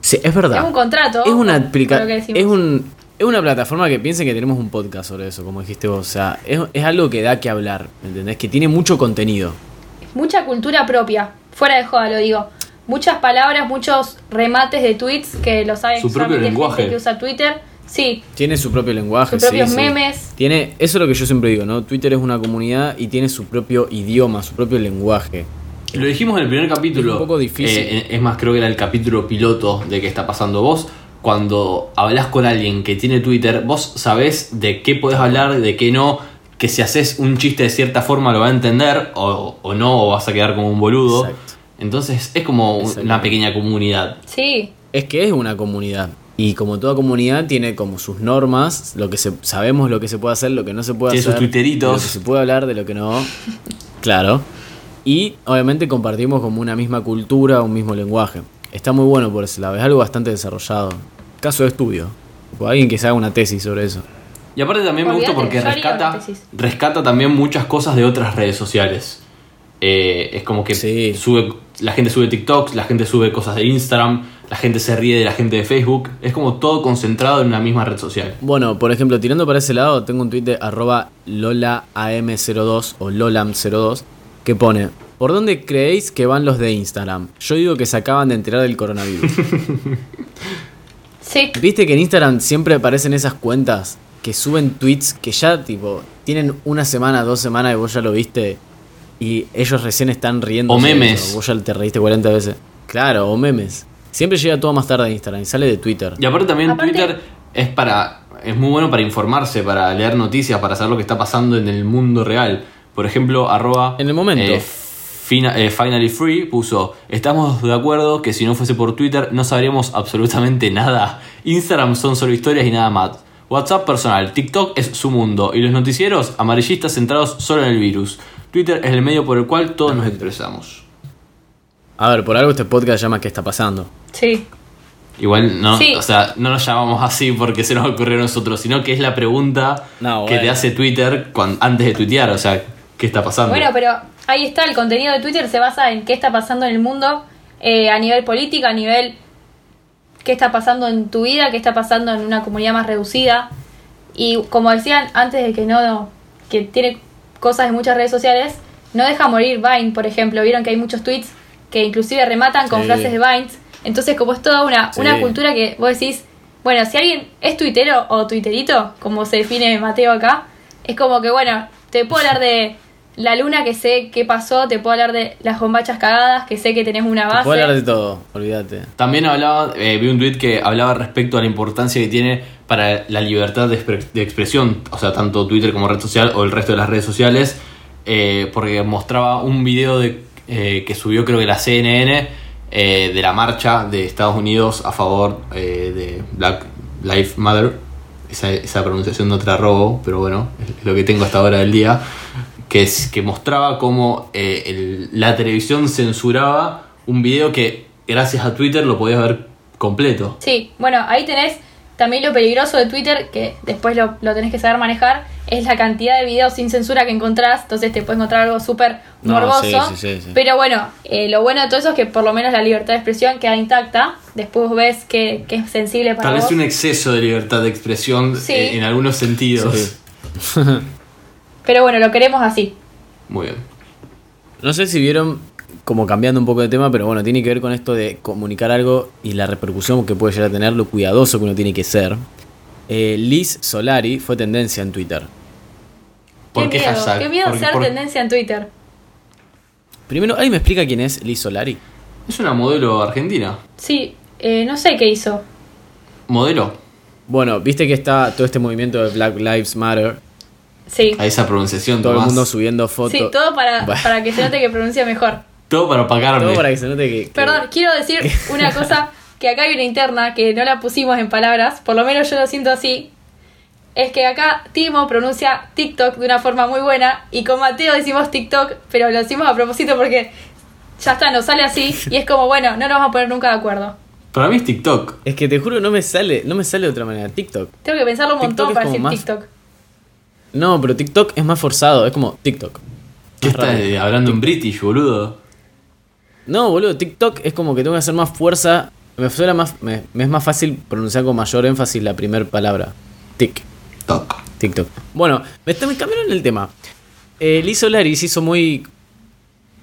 [SPEAKER 2] sí, es verdad.
[SPEAKER 3] Es un contrato.
[SPEAKER 2] Es una aplica-
[SPEAKER 3] con lo que decimos.
[SPEAKER 2] es un es una plataforma que piensen que tenemos un podcast sobre eso, como dijiste vos. O sea, es, es algo que da que hablar, ¿me ¿entendés? Que tiene mucho contenido.
[SPEAKER 3] Mucha cultura propia, fuera de joda lo digo. Muchas palabras, muchos remates de tweets que lo saben
[SPEAKER 1] Su propio
[SPEAKER 3] solamente gente
[SPEAKER 1] lenguaje.
[SPEAKER 3] que usa Twitter. Sí,
[SPEAKER 2] Tiene su propio lenguaje.
[SPEAKER 3] Sus
[SPEAKER 2] sí,
[SPEAKER 3] propios
[SPEAKER 2] sí.
[SPEAKER 3] memes.
[SPEAKER 2] Tiene, eso es lo que yo siempre digo, ¿no? Twitter es una comunidad y tiene su propio idioma, su propio lenguaje.
[SPEAKER 1] Lo dijimos en el primer capítulo.
[SPEAKER 2] Es un poco difícil.
[SPEAKER 1] Eh, es más, creo que era el capítulo piloto de qué está pasando vos. Cuando hablas con alguien que tiene Twitter, vos sabés de qué podés hablar, de qué no. Que si haces un chiste de cierta forma lo va a entender o, o no, o vas a quedar como un boludo.
[SPEAKER 2] Exacto.
[SPEAKER 1] Entonces es como una
[SPEAKER 2] Exactamente.
[SPEAKER 1] pequeña comunidad.
[SPEAKER 3] sí.
[SPEAKER 2] Es que es una comunidad. Y como toda comunidad tiene como sus normas, lo que se, sabemos lo que se puede hacer, lo que no se puede
[SPEAKER 1] Tiene sus
[SPEAKER 2] hacer.
[SPEAKER 1] tuiteritos.
[SPEAKER 2] de Lo que se puede hablar, de lo que no. Claro. Y obviamente compartimos como una misma cultura, un mismo lenguaje. Está muy bueno por ese lado, es algo bastante desarrollado. Caso de estudio. Tipo, alguien que se haga una tesis sobre eso.
[SPEAKER 1] Y aparte también me gusta
[SPEAKER 3] Olvídate,
[SPEAKER 1] porque
[SPEAKER 3] yo haría una
[SPEAKER 1] rescata,
[SPEAKER 3] tesis.
[SPEAKER 1] rescata también muchas cosas de otras redes sociales. Eh, es como que
[SPEAKER 2] Sí.
[SPEAKER 1] sube La gente sube TikToks, la gente sube cosas de Instagram, la gente se ríe de la gente de Facebook. Es como todo concentrado en una misma red social.
[SPEAKER 2] Bueno, por ejemplo, tirando para ese lado, tengo un tweet de arroba lolaam02 o lolam02 que pone, ¿por dónde creéis que van los de Instagram? Yo digo que se acaban de enterar del coronavirus.
[SPEAKER 3] Sí.
[SPEAKER 2] Viste que en Instagram siempre aparecen esas cuentas que suben tweets que ya tipo tienen una semana, dos semanas y vos ya lo viste y ellos recién están riendo.
[SPEAKER 1] O memes.
[SPEAKER 2] Vos ya te reíste 40 veces. Claro, o memes. Siempre llega todo más tarde a Instagram y sale de Twitter.
[SPEAKER 1] Y aparte también
[SPEAKER 3] Aparte-
[SPEAKER 1] Twitter es para es muy bueno para informarse, para leer noticias, para saber lo que está pasando en el mundo real. Por ejemplo, arroba
[SPEAKER 2] En el momento.
[SPEAKER 1] eh, fina- eh, Finally Free puso, estamos de acuerdo que si no fuese por Twitter no sabríamos absolutamente nada. Instagram son solo historias y nada más. WhatsApp personal, TikTok es su mundo y los noticieros amarillistas centrados solo en el virus. Twitter es el medio por el cual todos nos expresamos.
[SPEAKER 2] A ver, por algo este podcast se llama ¿Qué está pasando?
[SPEAKER 3] Sí.
[SPEAKER 1] Igual no,
[SPEAKER 3] Sí.
[SPEAKER 1] o sea, no nos llamamos así porque se nos ocurrió a nosotros, sino que es la pregunta
[SPEAKER 2] No,
[SPEAKER 1] que
[SPEAKER 2] bueno.
[SPEAKER 1] te hace Twitter cuan- antes de tuitear, o sea, ¿qué está pasando?
[SPEAKER 3] Bueno, pero ahí está, el contenido de Twitter se basa en qué está pasando en el mundo eh, a nivel político, a nivel qué está pasando en tu vida, qué está pasando en una comunidad más reducida. Y como decían antes de que no, que tiene cosas en muchas redes sociales, no deja morir Vine, por ejemplo. Vieron que hay muchos tweets que inclusive rematan con
[SPEAKER 2] Sí.
[SPEAKER 3] frases de Vine. Entonces, como es toda una,
[SPEAKER 2] Sí.
[SPEAKER 3] una cultura que vos decís, bueno, si alguien es tuitero o tuiterito, como se define Mateo acá, es como que, bueno, te puedo hablar de la luna que sé qué pasó, te puedo hablar de las bombachas cagadas, que sé que tenés una
[SPEAKER 2] Te
[SPEAKER 3] base.
[SPEAKER 2] puedo hablar de todo, olvídate.
[SPEAKER 1] También hablaba, eh, vi un tweet que hablaba respecto a la importancia que tiene para la libertad de, expre- de expresión, o sea, tanto Twitter como red social o el resto de las redes sociales, eh, porque mostraba un video de, eh, que subió creo que la CNN eh, de la marcha de Estados Unidos a favor eh, de Black Lives Matter. Esa, esa pronunciación no te la robo, pero bueno, es lo que tengo hasta ahora del día que, es, que mostraba cómo eh, el- la televisión censuraba un video que gracias a Twitter lo podías ver completo.
[SPEAKER 3] Sí, bueno, ahí tenés también lo peligroso de Twitter, que después lo, lo tenés que saber manejar, es la cantidad de videos sin censura que encontrás, entonces te puedes encontrar algo súper
[SPEAKER 2] No,
[SPEAKER 3] morboso.
[SPEAKER 2] sí, sí, sí, sí.
[SPEAKER 3] Pero bueno, eh, lo bueno de todo eso es que por lo menos la libertad de expresión queda intacta, después vos ves que, que es sensible para
[SPEAKER 1] Tal vez
[SPEAKER 3] vos.
[SPEAKER 1] un e- exceso de libertad de expresión
[SPEAKER 3] Sí.
[SPEAKER 1] eh, en, algunos sentidos.
[SPEAKER 2] Sí.
[SPEAKER 3] Pero bueno, lo queremos así.
[SPEAKER 1] Muy bien.
[SPEAKER 2] No sé si vieron, como cambiando un poco de tema, pero bueno, tiene que ver con esto de comunicar algo y la repercusión que puede llegar a tener, lo cuidadoso que uno tiene que ser. Eh, Liz Solari fue tendencia en Twitter.
[SPEAKER 1] ¿Por
[SPEAKER 3] qué,
[SPEAKER 1] qué
[SPEAKER 3] miedo,
[SPEAKER 1] hashtag?
[SPEAKER 3] qué miedo
[SPEAKER 1] Porque-
[SPEAKER 3] ser
[SPEAKER 1] por-
[SPEAKER 3] tendencia en Twitter.
[SPEAKER 2] Primero, ¿alguien me explica quién es Liz Solari?
[SPEAKER 1] Es una modelo argentina.
[SPEAKER 3] Sí, eh, no sé qué hizo.
[SPEAKER 1] Modelo.
[SPEAKER 2] Bueno, viste que está todo este movimiento de Black Lives Matter,
[SPEAKER 3] Sí.
[SPEAKER 1] A esa pronunciación,
[SPEAKER 2] todo el
[SPEAKER 1] Tomás.
[SPEAKER 2] mundo subiendo fotos.
[SPEAKER 3] Sí, todo para,
[SPEAKER 2] Bueno.
[SPEAKER 3] para que se note que pronuncia mejor.
[SPEAKER 1] Todo para pagarme.
[SPEAKER 2] Todo para que se note que... que-
[SPEAKER 3] Perdón, quiero decir una cosa que acá hay una interna que no la pusimos en palabras, por lo menos yo lo siento así. Es que acá Timo pronuncia TikTok de una forma muy buena y con Mateo decimos TikTok, pero lo decimos a propósito porque ya está, nos sale así y es como, bueno, no nos vamos a poner nunca de acuerdo.
[SPEAKER 1] Para mí es TikTok.
[SPEAKER 2] Es que te juro, no me sale, no me sale de otra manera. TikTok.
[SPEAKER 3] Tengo que pensarlo un
[SPEAKER 2] TikTok
[SPEAKER 3] montón
[SPEAKER 2] es
[SPEAKER 3] para
[SPEAKER 2] como
[SPEAKER 3] decir
[SPEAKER 2] más-
[SPEAKER 3] TikTok.
[SPEAKER 2] No, pero TikTok es más forzado, es como TikTok.
[SPEAKER 1] ¿Qué
[SPEAKER 2] Más
[SPEAKER 1] estás
[SPEAKER 2] raro.
[SPEAKER 1] eh, hablando en British, boludo?
[SPEAKER 2] No, boludo, TikTok es como que tengo que hacer más fuerza. Me, suena más, me, me es más fácil pronunciar con mayor énfasis la primera palabra. Tik,
[SPEAKER 1] TikTok.
[SPEAKER 2] TikTok. Bueno, me, está- me cambiaron el tema. Eh, Liz Solaris hizo muy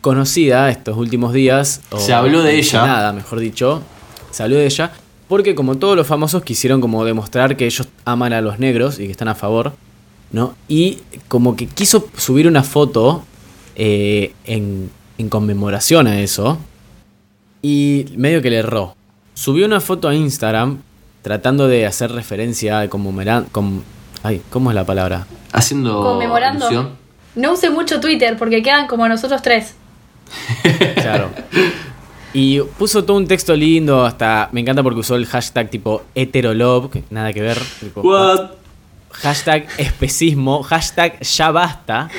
[SPEAKER 2] conocida estos últimos días. o
[SPEAKER 1] Se habló de ella.
[SPEAKER 2] Nada, mejor dicho. Se habló de ella. Porque como todos los famosos quisieron como demostrar que ellos aman a los negros y que están a favor, ¿no? Y como que quiso subir una foto eh, en, en conmemoración a eso. Y medio que le erró. Subió una foto a Instagram tratando de hacer referencia de conmemorar... con- ay, ¿cómo es la palabra?
[SPEAKER 1] Haciendo
[SPEAKER 3] Conmemorando.
[SPEAKER 1] alusión.
[SPEAKER 3] No use mucho Twitter porque quedan como nosotros tres.
[SPEAKER 2] Claro. Y puso todo un texto lindo, hasta me encanta porque usó el hashtag tipo heterolove, que nada que ver. tipo,
[SPEAKER 1] What?
[SPEAKER 2] Hashtag especismo, hashtag ya basta,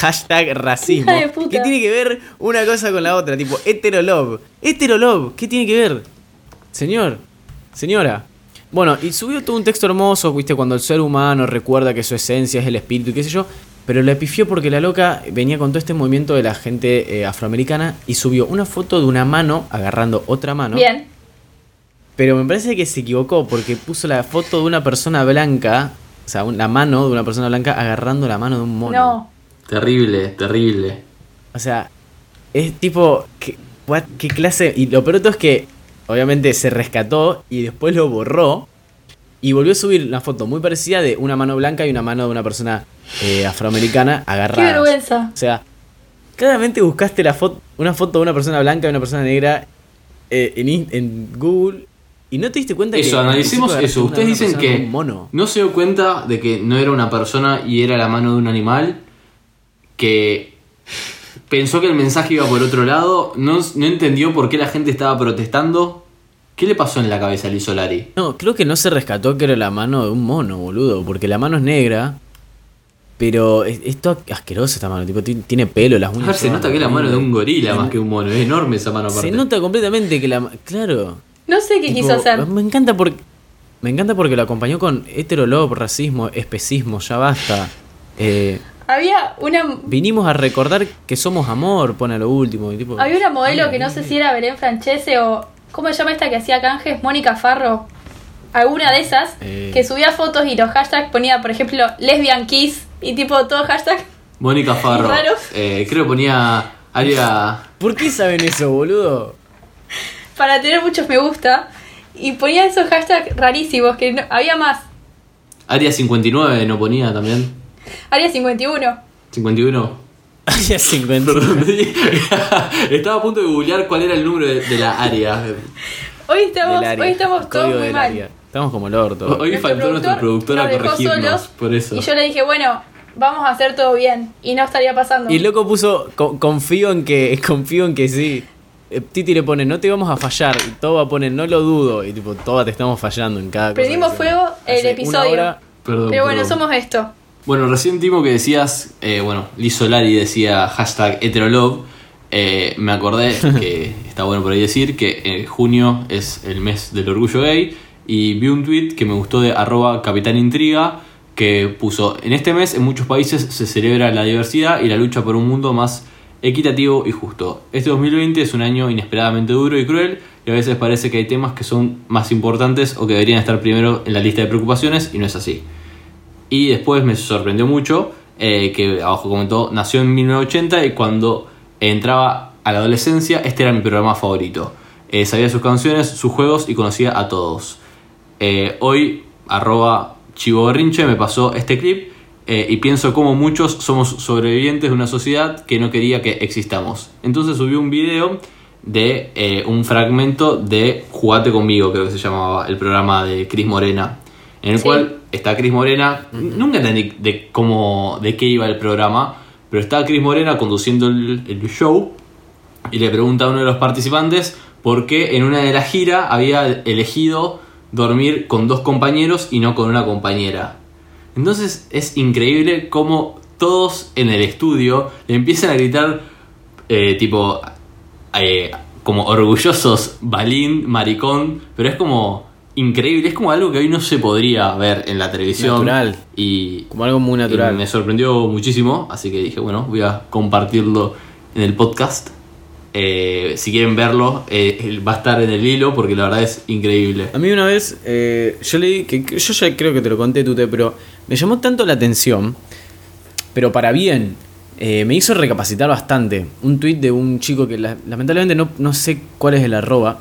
[SPEAKER 2] hashtag racismo.
[SPEAKER 3] Hija de puta.
[SPEAKER 2] ¿Qué tiene que ver una cosa con la otra? Tipo heterolove, heterolove, ¿qué tiene que ver? Señor, señora. Bueno, y subió todo un texto hermoso, viste, cuando el ser humano recuerda que su esencia es el espíritu y qué sé yo. Pero la pifió porque la loca venía con todo este movimiento de la gente eh, afroamericana y subió una foto de una mano agarrando otra mano.
[SPEAKER 3] Bien.
[SPEAKER 2] Pero me parece que se equivocó porque puso la foto de una persona blanca, o sea, un- la mano de una persona blanca agarrando la mano de un mono.
[SPEAKER 3] No.
[SPEAKER 1] Terrible, terrible.
[SPEAKER 2] O sea, es tipo, ¿qué, what? ¿Qué clase? Y lo peor de todo es que, obviamente, se rescató y después lo borró. Y volvió a subir una foto muy parecida de una mano blanca y una mano de una persona eh, afroamericana agarrada.
[SPEAKER 3] Qué vergüenza.
[SPEAKER 2] O sea, claramente buscaste la foto, una foto de una persona blanca y una persona negra eh, en, in- en Google y no te diste cuenta que...
[SPEAKER 1] Eso, analicemos
[SPEAKER 2] agarraste
[SPEAKER 1] eso.
[SPEAKER 2] una-
[SPEAKER 1] Ustedes
[SPEAKER 2] una
[SPEAKER 1] dicen
[SPEAKER 2] persona con
[SPEAKER 1] que
[SPEAKER 2] un mono.
[SPEAKER 1] no se dio cuenta de que no era una persona y era la mano de un animal, que pensó que el mensaje iba por otro lado, no, no entendió por qué la gente estaba protestando. ¿Qué le pasó en la cabeza a Liz Solari?
[SPEAKER 2] No, creo que no se rescató que era la mano de un mono, boludo, porque la mano es negra, pero es- es toda asquerosa esta mano, tipo, ti- tiene pelo, las
[SPEAKER 1] A
[SPEAKER 2] uñas...
[SPEAKER 1] ver, se
[SPEAKER 2] todas
[SPEAKER 1] nota que es la mano de un gorila más que un mono, es enorme esa mano
[SPEAKER 2] Se
[SPEAKER 1] aparte.
[SPEAKER 2] nota completamente que la... ma- Claro.
[SPEAKER 3] No sé qué
[SPEAKER 2] Tipo,
[SPEAKER 3] quiso hacer.
[SPEAKER 2] Me encanta porque. Me encanta porque lo acompañó con heterolog, racismo, especismo, ya basta. Eh,
[SPEAKER 3] Había una
[SPEAKER 2] vinimos a recordar que somos amor, pone lo último. y tipo,
[SPEAKER 3] había una modelo que no sé si era Belén Francese o ¿cómo se llama esta que hacía canjes? Mónica Farro. Alguna de esas
[SPEAKER 2] Eh.
[SPEAKER 3] que subía fotos y los hashtags ponía, por ejemplo, lesbian kiss y tipo todo hashtag
[SPEAKER 1] Mónica Farro.
[SPEAKER 3] Raro.
[SPEAKER 1] eh, creo que ponía área...
[SPEAKER 2] ¿Por qué saben eso, boludo?
[SPEAKER 3] para tener muchos me gusta y ponía esos hashtags rarísimos que no- había más.
[SPEAKER 1] Área 59 no ponía también.
[SPEAKER 3] Área 51.
[SPEAKER 1] 51.
[SPEAKER 2] Había 50.
[SPEAKER 1] Perdón. Estaba a punto de googlear cuál era el número de, de la área.
[SPEAKER 3] Hoy estamos,
[SPEAKER 2] del área,
[SPEAKER 3] hoy estamos
[SPEAKER 2] el
[SPEAKER 3] todos
[SPEAKER 2] código
[SPEAKER 3] muy
[SPEAKER 2] del
[SPEAKER 3] mal.
[SPEAKER 2] área. Estamos como el orto.
[SPEAKER 1] Hoy faltó nuestro productor a
[SPEAKER 3] nos dejó
[SPEAKER 1] corregirnos,
[SPEAKER 3] solos,
[SPEAKER 1] por eso.
[SPEAKER 3] Y yo le dije, bueno, vamos a hacer todo bien. Y no estaría pasando.
[SPEAKER 2] Y el loco puso, "Co- confío en que, confío en que sí. Eh, Titi le pone, no te vamos a fallar. Y Toba pone, no lo dudo. Y tipo, Toba te estamos fallando en cada cosa que
[SPEAKER 3] Prendimos
[SPEAKER 2] hacemos".
[SPEAKER 3] fuego el
[SPEAKER 2] Hace una
[SPEAKER 3] episodio.
[SPEAKER 2] hora-
[SPEAKER 1] Perdón,
[SPEAKER 3] Pero bueno,
[SPEAKER 1] perdón.
[SPEAKER 3] somos esto.
[SPEAKER 1] Bueno, recién Timo que decías, eh, bueno, Liz Solari decía hashtag heterolove. eh, me acordé que está bueno por ahí decir que eh, junio es el mes del orgullo gay y vi un tweet que me gustó de arroba capitán intriga que puso en este mes en muchos países se celebra la diversidad y la lucha por un mundo más equitativo y justo. Este 2020 es un año inesperadamente duro y cruel y a veces parece que hay temas que son más importantes o que deberían estar primero en la lista de preocupaciones y no es así. Y después me sorprendió mucho eh, que abajo comentó, nació en 1980 y cuando entraba a la adolescencia este era mi programa favorito. Eh, sabía sus canciones, sus juegos y conocía a todos. Eh, hoy, arroba chivoberrinche, me pasó este clip eh, y pienso como muchos somos sobrevivientes de una sociedad que no quería que existamos. Entonces subí un video de eh, un fragmento de Jugate conmigo, creo que se llamaba el programa de Cris Morena, en el
[SPEAKER 3] Sí.
[SPEAKER 1] cual está Cris Morena. Nunca entendí de cómo, de qué iba el programa, pero está Cris Morena conduciendo el- el show y le pregunta a uno de los participantes por qué en una de las giras había elegido dormir con dos compañeros y no con una compañera. Entonces es increíble cómo todos en el estudio le empiezan a gritar eh, tipo eh, como orgullosos, balín, maricón, pero es como increíble, es como algo que hoy no se podría ver en la televisión.
[SPEAKER 2] Natural.
[SPEAKER 1] Y
[SPEAKER 2] Como algo muy
[SPEAKER 1] y me
[SPEAKER 2] natural.
[SPEAKER 1] sorprendió muchísimo, así que dije, bueno, voy a compartirlo en el podcast. Eh, si quieren verlo, eh, él va a estar en el hilo porque la verdad es increíble.
[SPEAKER 2] A mí una vez, eh, yo leí, que que yo ya creo que te lo conté, Tute, pero me llamó tanto la atención, pero para bien, eh, me hizo recapacitar bastante. Un tuit de un chico que la- lamentablemente no, no sé cuál es el arroba,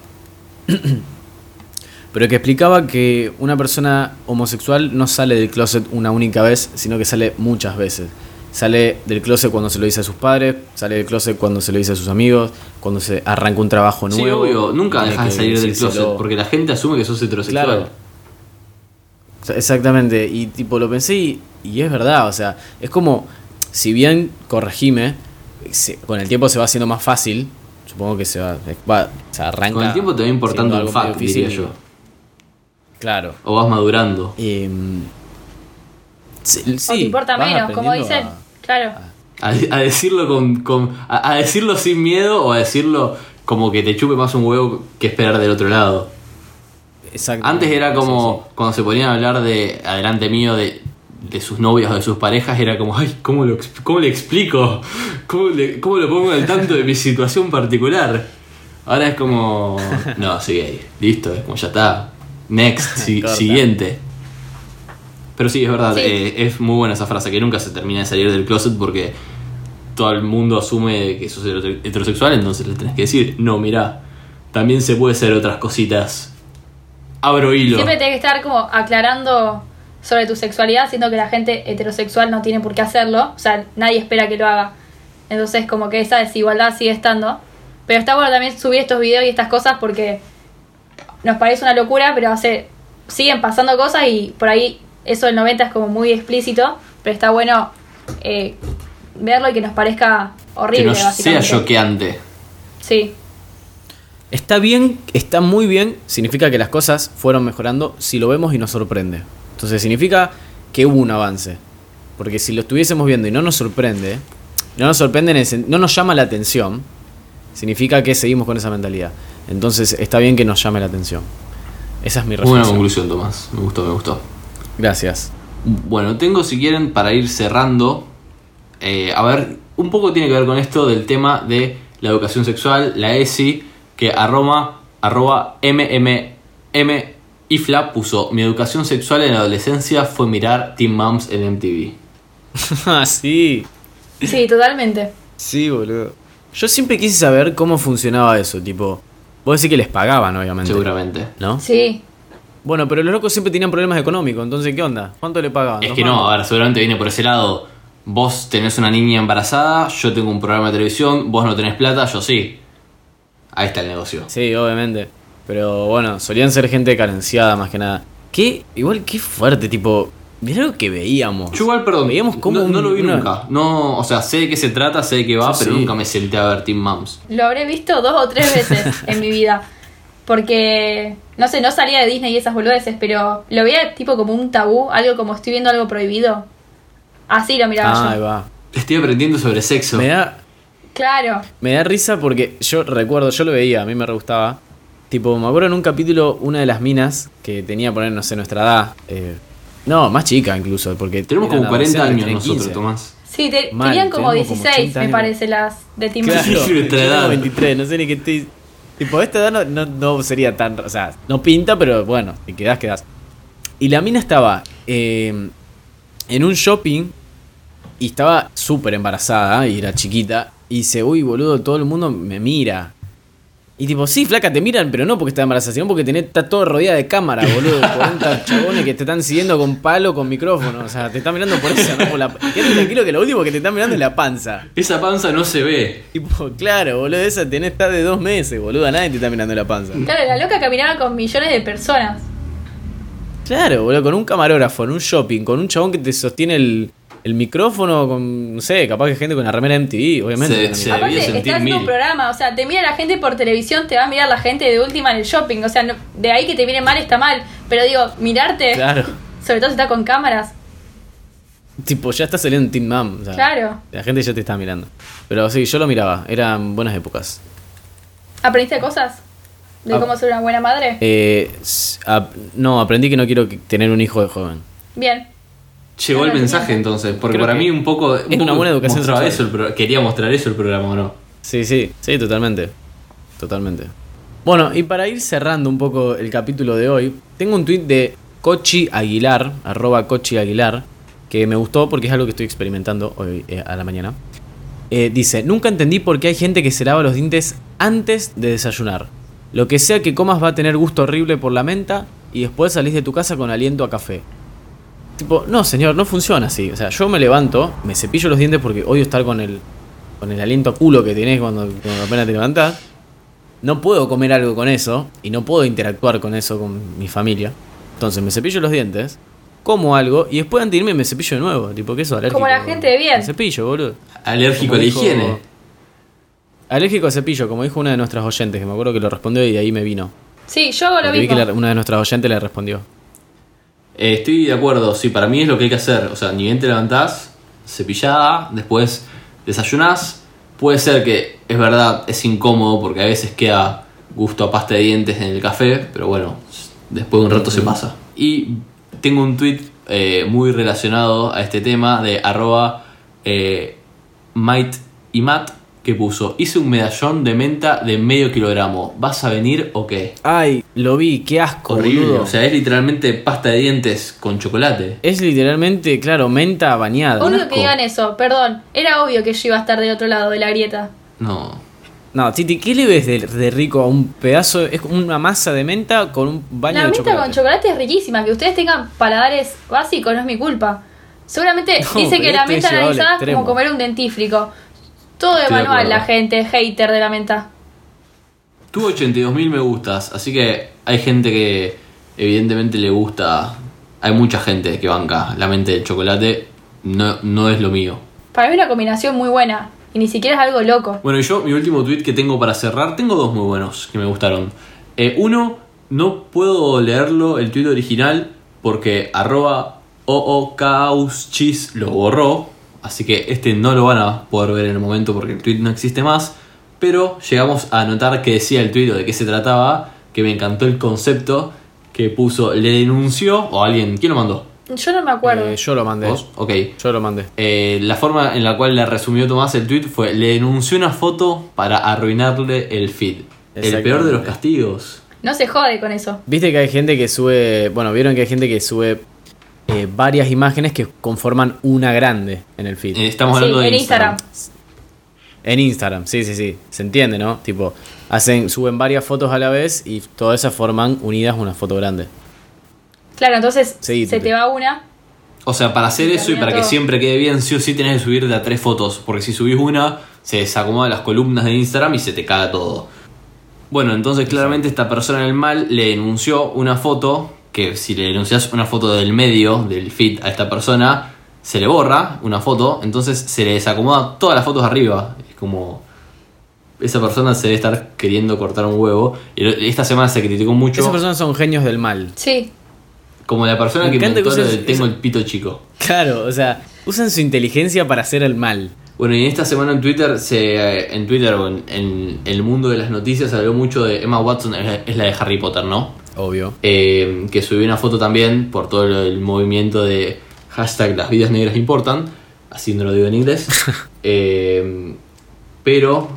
[SPEAKER 2] pero que explicaba que una persona homosexual no sale del closet una única vez, sino que sale muchas veces. Sale del closet cuando se lo dice a sus padres, sale del closet cuando se lo dice a sus amigos, cuando se arranca un trabajo
[SPEAKER 1] Sí,
[SPEAKER 2] nuevo.
[SPEAKER 1] obvio, nunca
[SPEAKER 2] Tiene
[SPEAKER 1] dejas de
[SPEAKER 2] que
[SPEAKER 1] salir del
[SPEAKER 2] decírselo.
[SPEAKER 1] closet porque la gente asume que sos heterosexual.
[SPEAKER 2] Claro. O sea, Exactamente, y tipo lo pensé y, y es verdad, o sea, es como, si bien corregime, se- con el tiempo se va haciendo más fácil, supongo que se va, va- se arranca.
[SPEAKER 1] Con el tiempo te va importando
[SPEAKER 2] siendo
[SPEAKER 1] un
[SPEAKER 2] algo medio
[SPEAKER 1] fact,
[SPEAKER 2] difícil
[SPEAKER 1] diría
[SPEAKER 2] y-
[SPEAKER 1] yo.
[SPEAKER 2] Claro.
[SPEAKER 1] O vas madurando.
[SPEAKER 2] Eh, sí,
[SPEAKER 3] o te importa
[SPEAKER 2] vas
[SPEAKER 3] menos, como
[SPEAKER 2] aprendiendo
[SPEAKER 3] dicen. Claro.
[SPEAKER 1] A, a decirlo con, con- a, a decirlo sin miedo o a decirlo como que te chupe más un huevo que esperar del otro lado.
[SPEAKER 2] a- exactamente.
[SPEAKER 1] Antes era
[SPEAKER 2] Sí,
[SPEAKER 1] como cuando se ponían a hablar de adelante mío de de sus novias o de sus parejas era como, ay, ¿cómo, lo, exp- cómo le explico? ¿Cómo, le- ¿Cómo lo pongo al tanto de mi situación particular? Ahora es como, no, sigue ahí, listo, es como ya está, next, si-
[SPEAKER 2] Corta.
[SPEAKER 1] siguiente. Pero sí, es verdad,
[SPEAKER 3] Sí.
[SPEAKER 1] eh, es muy buena esa frase, que nunca se termina de salir del closet porque todo el mundo asume que sos heterose- heterosexual, entonces le tenés que decir, no, mirá, también se puede ser otras cositas. Abro hilo.
[SPEAKER 3] Siempre tenés que estar como aclarando sobre tu sexualidad, siendo que la gente heterosexual no tiene por qué hacerlo, o sea, nadie espera que lo haga. Entonces, como que esa desigualdad sigue estando. Pero está bueno también subir estos videos y estas cosas porque nos parece una locura, pero hace, siguen pasando cosas y por ahí eso del 90 es como muy explícito, pero está bueno eh, verlo y que nos parezca
[SPEAKER 1] que
[SPEAKER 3] horrible,
[SPEAKER 1] no sea
[SPEAKER 3] básicamente.
[SPEAKER 1] choqueante.
[SPEAKER 3] Sí,
[SPEAKER 2] Está bien, está muy bien, significa que las cosas fueron mejorando si lo vemos y nos sorprende. Entonces significa que hubo un avance. Porque si lo estuviésemos viendo y no nos sorprende, no nos sorprende, en el sen- no nos llama la atención, significa que seguimos con esa mentalidad. Entonces está bien que nos llame la atención. Esa es mi
[SPEAKER 1] Muy Buena
[SPEAKER 2] reflexión.
[SPEAKER 1] conclusión, Tomás. Me gustó, me gustó.
[SPEAKER 2] Gracias.
[SPEAKER 1] Bueno, tengo si quieren para ir cerrando. eh, a ver, un poco tiene que ver con esto del tema de la educación sexual, la ESI, que arroba, arroba MMM IFLA puso mi educación sexual en la adolescencia fue mirar Teen Moms en MTV.
[SPEAKER 2] ah, sí.
[SPEAKER 3] sí, totalmente.
[SPEAKER 2] Sí, boludo. Yo siempre quise saber cómo funcionaba eso, tipo... Vos decís que les pagaban, obviamente.
[SPEAKER 1] Seguramente.
[SPEAKER 2] ¿No?
[SPEAKER 3] Sí,
[SPEAKER 2] Bueno, pero los locos siempre tenían problemas económicos, entonces ¿qué onda? ¿Cuánto le pagaban?
[SPEAKER 1] Es
[SPEAKER 2] ¿Dos
[SPEAKER 1] que no,
[SPEAKER 2] mangos?
[SPEAKER 1] a ver, seguramente viene por ese lado. Vos tenés una niña embarazada, yo tengo un programa de televisión, vos no tenés plata, yo sí. Ahí está el negocio.
[SPEAKER 2] Sí, obviamente. Pero bueno, solían ser gente carenciada más que nada. Qué, igual qué fuerte, tipo, mirá lo que veíamos.
[SPEAKER 1] Yo igual, perdón,
[SPEAKER 2] Veíamos cómo
[SPEAKER 1] no, no lo vi
[SPEAKER 2] una-
[SPEAKER 1] nunca. No, o sea, sé de qué se trata, sé de qué va,
[SPEAKER 2] Yo
[SPEAKER 1] pero
[SPEAKER 2] sí.
[SPEAKER 1] nunca me senté a ver Team Moms.
[SPEAKER 3] Lo habré visto dos o tres veces en mi vida. Porque, no sé, no salía de Disney y esas boludeces, pero lo veía tipo como un tabú, algo como estoy viendo algo prohibido. Así lo miraba
[SPEAKER 2] Ah, ahí
[SPEAKER 3] yo.
[SPEAKER 2] va.
[SPEAKER 1] Estoy aprendiendo sobre sexo.
[SPEAKER 2] Me da,
[SPEAKER 3] Claro.
[SPEAKER 2] Me da risa porque yo recuerdo, yo lo veía, a mí me re gustaba. Tipo, me acuerdo en un capítulo, una de las minas que tenía, poner, no sé, nuestra edad. eh, no, más chica incluso, porque.
[SPEAKER 1] Tenemos
[SPEAKER 2] eran
[SPEAKER 1] como 40
[SPEAKER 2] adolescentes,
[SPEAKER 1] años
[SPEAKER 2] tenían
[SPEAKER 1] nosotros,
[SPEAKER 2] 15.
[SPEAKER 1] Tomás.
[SPEAKER 3] Sí, te-
[SPEAKER 2] Mal,
[SPEAKER 3] tenían como
[SPEAKER 2] tenemos como
[SPEAKER 3] 16,
[SPEAKER 2] 80
[SPEAKER 3] me
[SPEAKER 2] años.
[SPEAKER 3] parece, las de Tim
[SPEAKER 2] Claro,
[SPEAKER 3] Burton.
[SPEAKER 1] Sí, nuestra
[SPEAKER 2] yo tengo
[SPEAKER 1] edad.
[SPEAKER 2] 23, no sé ni qué estoy. Tipo, a esta edad no, no- no sería tan. O sea, no pinta, pero bueno, te quedás, quedás. Y la mina estaba eh, en un shopping y estaba súper embarazada y era chiquita. Y dice, uy, boludo, todo el mundo me mira. Y tipo, sí, flaca, te miran, pero no porque está embarazada, sino porque tenés, está todo rodeada de cámara, boludo. 40 chabones que te están siguiendo con palo, con micrófono. O sea, te están mirando por eso, no por la. Quédate tranquilo que lo último que te están mirando es la panza.
[SPEAKER 1] Esa panza no se ve.
[SPEAKER 2] Tipo, claro, boludo, esa tenés está de dos meses, boludo, a nadie te está mirando la panza.
[SPEAKER 3] Claro, la loca caminaba con millones de personas.
[SPEAKER 2] Claro, boludo, con un camarógrafo, en un shopping, con un chabón que te sostiene el, el micrófono, con, no sé, capaz que gente con la remera MTV, obviamente.
[SPEAKER 1] Se-
[SPEAKER 2] Con-
[SPEAKER 1] se- debía
[SPEAKER 3] Aparte,
[SPEAKER 1] sentir
[SPEAKER 3] estás en un
[SPEAKER 1] mil.
[SPEAKER 3] programa, o sea, te mira la gente por televisión, te va a mirar la gente de última en el shopping. O sea, no- de ahí que te viene mal está mal. Pero digo, mirarte,
[SPEAKER 2] Claro.
[SPEAKER 3] sobre todo si está con cámaras,
[SPEAKER 2] Tipo, ya está saliendo en Team Mom. o sea,
[SPEAKER 3] Claro.
[SPEAKER 2] La gente ya te está mirando. Pero sí, yo lo miraba, eran buenas épocas.
[SPEAKER 3] ¿Aprendiste cosas? ¿De
[SPEAKER 2] Ah.
[SPEAKER 3] cómo ser una buena madre?
[SPEAKER 2] Eh, s- ap- no, aprendí que no quiero que- tener un hijo de joven.
[SPEAKER 3] Bien.
[SPEAKER 1] Llegó el mensaje entonces, porque
[SPEAKER 2] Creo
[SPEAKER 1] para
[SPEAKER 2] que
[SPEAKER 1] mí un poco. un
[SPEAKER 2] una
[SPEAKER 1] poco
[SPEAKER 2] buena educación
[SPEAKER 1] mostraba
[SPEAKER 2] sexual.
[SPEAKER 1] eso el pro- Quería mostrar eso el programa o no.
[SPEAKER 2] Sí, sí, sí, totalmente. Totalmente. Bueno, y para ir cerrando un poco el capítulo de hoy, tengo un tuit de Cochi Aguilar, arroba Cochi Aguilar, que me gustó porque es algo que estoy experimentando hoy eh, a la mañana. Eh, dice, nunca entendí por qué hay gente que se lava los dientes antes de desayunar. Lo que sea que comas va a tener gusto horrible por la menta y después salís de tu casa con aliento a café. Tipo, no señor, no funciona así. O sea, yo me levanto, me cepillo los dientes porque odio estar con el, con el aliento a culo que tenés cuando, cuando apenas te levantás. No puedo comer algo con eso y no puedo interactuar con eso con mi familia. Entonces me cepillo los dientes, como algo y después antes de irme me cepillo de nuevo. Tipo, que eso alérgico.
[SPEAKER 3] la gente de bien.
[SPEAKER 2] Me cepillo, boludo.
[SPEAKER 1] Alérgico
[SPEAKER 2] Como
[SPEAKER 1] a la
[SPEAKER 2] dijo-
[SPEAKER 1] higiene.
[SPEAKER 2] Alérgico a cepillo, como dijo una de nuestras oyentes, que me acuerdo que lo respondió y de ahí me vino.
[SPEAKER 3] Sí, yo hago lo
[SPEAKER 2] Porque vi que
[SPEAKER 3] mismo.
[SPEAKER 2] la- una de nuestras oyentes le respondió.
[SPEAKER 1] Eh, estoy de acuerdo, sí, para mí es lo que hay que hacer. O sea, ni bien te levantás, cepillada, después desayunás. Puede ser que, es verdad, es incómodo porque a veces queda gusto a pasta de dientes en el café, pero bueno, s- después de un rato se pasa. Y tengo un tweet eh, muy relacionado a este tema de arroba eh, Might y Matt que puso, hice un medallón de menta de medio kilogramo, ¿vas a venir o qué?
[SPEAKER 2] Ay, lo vi, qué asco,
[SPEAKER 1] Horrible,
[SPEAKER 2] boludo.
[SPEAKER 1] o sea, es literalmente pasta de dientes con chocolate.
[SPEAKER 2] es literalmente, claro, menta bañada. un
[SPEAKER 3] Obvio
[SPEAKER 2] asco.
[SPEAKER 3] que digan eso, perdón. Era obvio que yo iba a estar del otro lado de la grieta.
[SPEAKER 1] No.
[SPEAKER 2] No, Titi, ¿qué le ves de, de rico a un pedazo? Es como una masa de menta con un baño
[SPEAKER 3] La
[SPEAKER 2] de
[SPEAKER 3] menta
[SPEAKER 2] chocolate.
[SPEAKER 3] con chocolate es riquísima. Que ustedes tengan paladares básicos no es mi culpa. Seguramente
[SPEAKER 2] No,
[SPEAKER 3] dice
[SPEAKER 2] pero
[SPEAKER 3] que la
[SPEAKER 2] esto es llevado
[SPEAKER 3] menta
[SPEAKER 2] al
[SPEAKER 3] analizada es
[SPEAKER 2] extremo.
[SPEAKER 3] como comer un dentífrico. Todo de
[SPEAKER 1] Estoy de
[SPEAKER 3] manual,
[SPEAKER 1] acuerdo.
[SPEAKER 3] la gente, hater de la menta.
[SPEAKER 1] Tuvo 82.000 me gustas, así que hay gente que evidentemente le gusta. Hay mucha gente que banca la mente del chocolate. No, no es lo mío.
[SPEAKER 3] Para mí es una combinación muy buena. Y ni siquiera es algo loco.
[SPEAKER 1] Bueno, y yo, mi último tweet que tengo para cerrar, tengo dos muy buenos que me gustaron. Eh, uno, no puedo leerlo, el tweet original, porque arroba oocauschis lo borró. Así que este no lo van a poder ver en el momento porque el tweet no existe más. Pero llegamos a notar que decía el tweet o de qué se trataba, que me encantó el concepto que puso, le denunció, o alguien, ¿quién lo mandó?
[SPEAKER 3] Yo no me acuerdo.
[SPEAKER 2] Eh, yo lo mandé.
[SPEAKER 1] ¿Vos? Ok.
[SPEAKER 2] Yo lo mandé.
[SPEAKER 1] Eh, la forma en la cual le resumió Tomás el tweet fue: le denunció una foto para arruinarle el feed. El
[SPEAKER 2] Exactamente.
[SPEAKER 1] peor de los castigos.
[SPEAKER 3] No se jode con eso.
[SPEAKER 2] Viste que hay gente que sube, bueno, vieron que hay gente que sube eh, varias imágenes que conforman una grande en el feed.
[SPEAKER 1] Eh, estamos
[SPEAKER 3] Sí,
[SPEAKER 1] hablando de
[SPEAKER 3] en Instagram.
[SPEAKER 2] En Instagram, sí, sí, sí, se entiende, ¿no? Tipo, hacen, suben varias fotos a la vez y todas esas forman unidas una foto grande.
[SPEAKER 3] Claro, entonces
[SPEAKER 2] Sí,
[SPEAKER 3] se
[SPEAKER 2] Tuti.
[SPEAKER 3] te va una.
[SPEAKER 1] O sea, para hacer
[SPEAKER 3] Sí,
[SPEAKER 1] eso y para que
[SPEAKER 3] termina todo.
[SPEAKER 1] siempre quede bien, sí o sí tenés que subir de a tres fotos. Porque si subís una, se desacomodan las columnas de Instagram y se te caga todo. Bueno, entonces claramente esta persona en el mal le denunció una foto. Que si le denuncias una foto del medio, del feed a esta persona, se le borra una foto. Entonces se le desacomoda todas las fotos arriba. Es como. Esa persona se debe estar queriendo cortar un huevo. Y lo- Esta semana se criticó mucho.
[SPEAKER 2] Esas personas son genios del mal.
[SPEAKER 3] Sí.
[SPEAKER 1] Como la persona
[SPEAKER 2] Me
[SPEAKER 1] que
[SPEAKER 2] encanta
[SPEAKER 1] inventó lo
[SPEAKER 2] que uses
[SPEAKER 1] del tengo
[SPEAKER 2] esa-
[SPEAKER 1] el pito chico.
[SPEAKER 2] Claro, o sea, usan su inteligencia para hacer el mal.
[SPEAKER 1] Bueno, y esta semana en Twitter, se, eh, en Twitter o en, en el mundo de las noticias, se habló mucho de Emma Watson, es la, es la de Harry Potter, ¿no?
[SPEAKER 2] Obvio.
[SPEAKER 1] Eh, que subió una foto también por todo lo- el movimiento de hashtag las vidas negras importan, así no lo digo en inglés, Eh, pero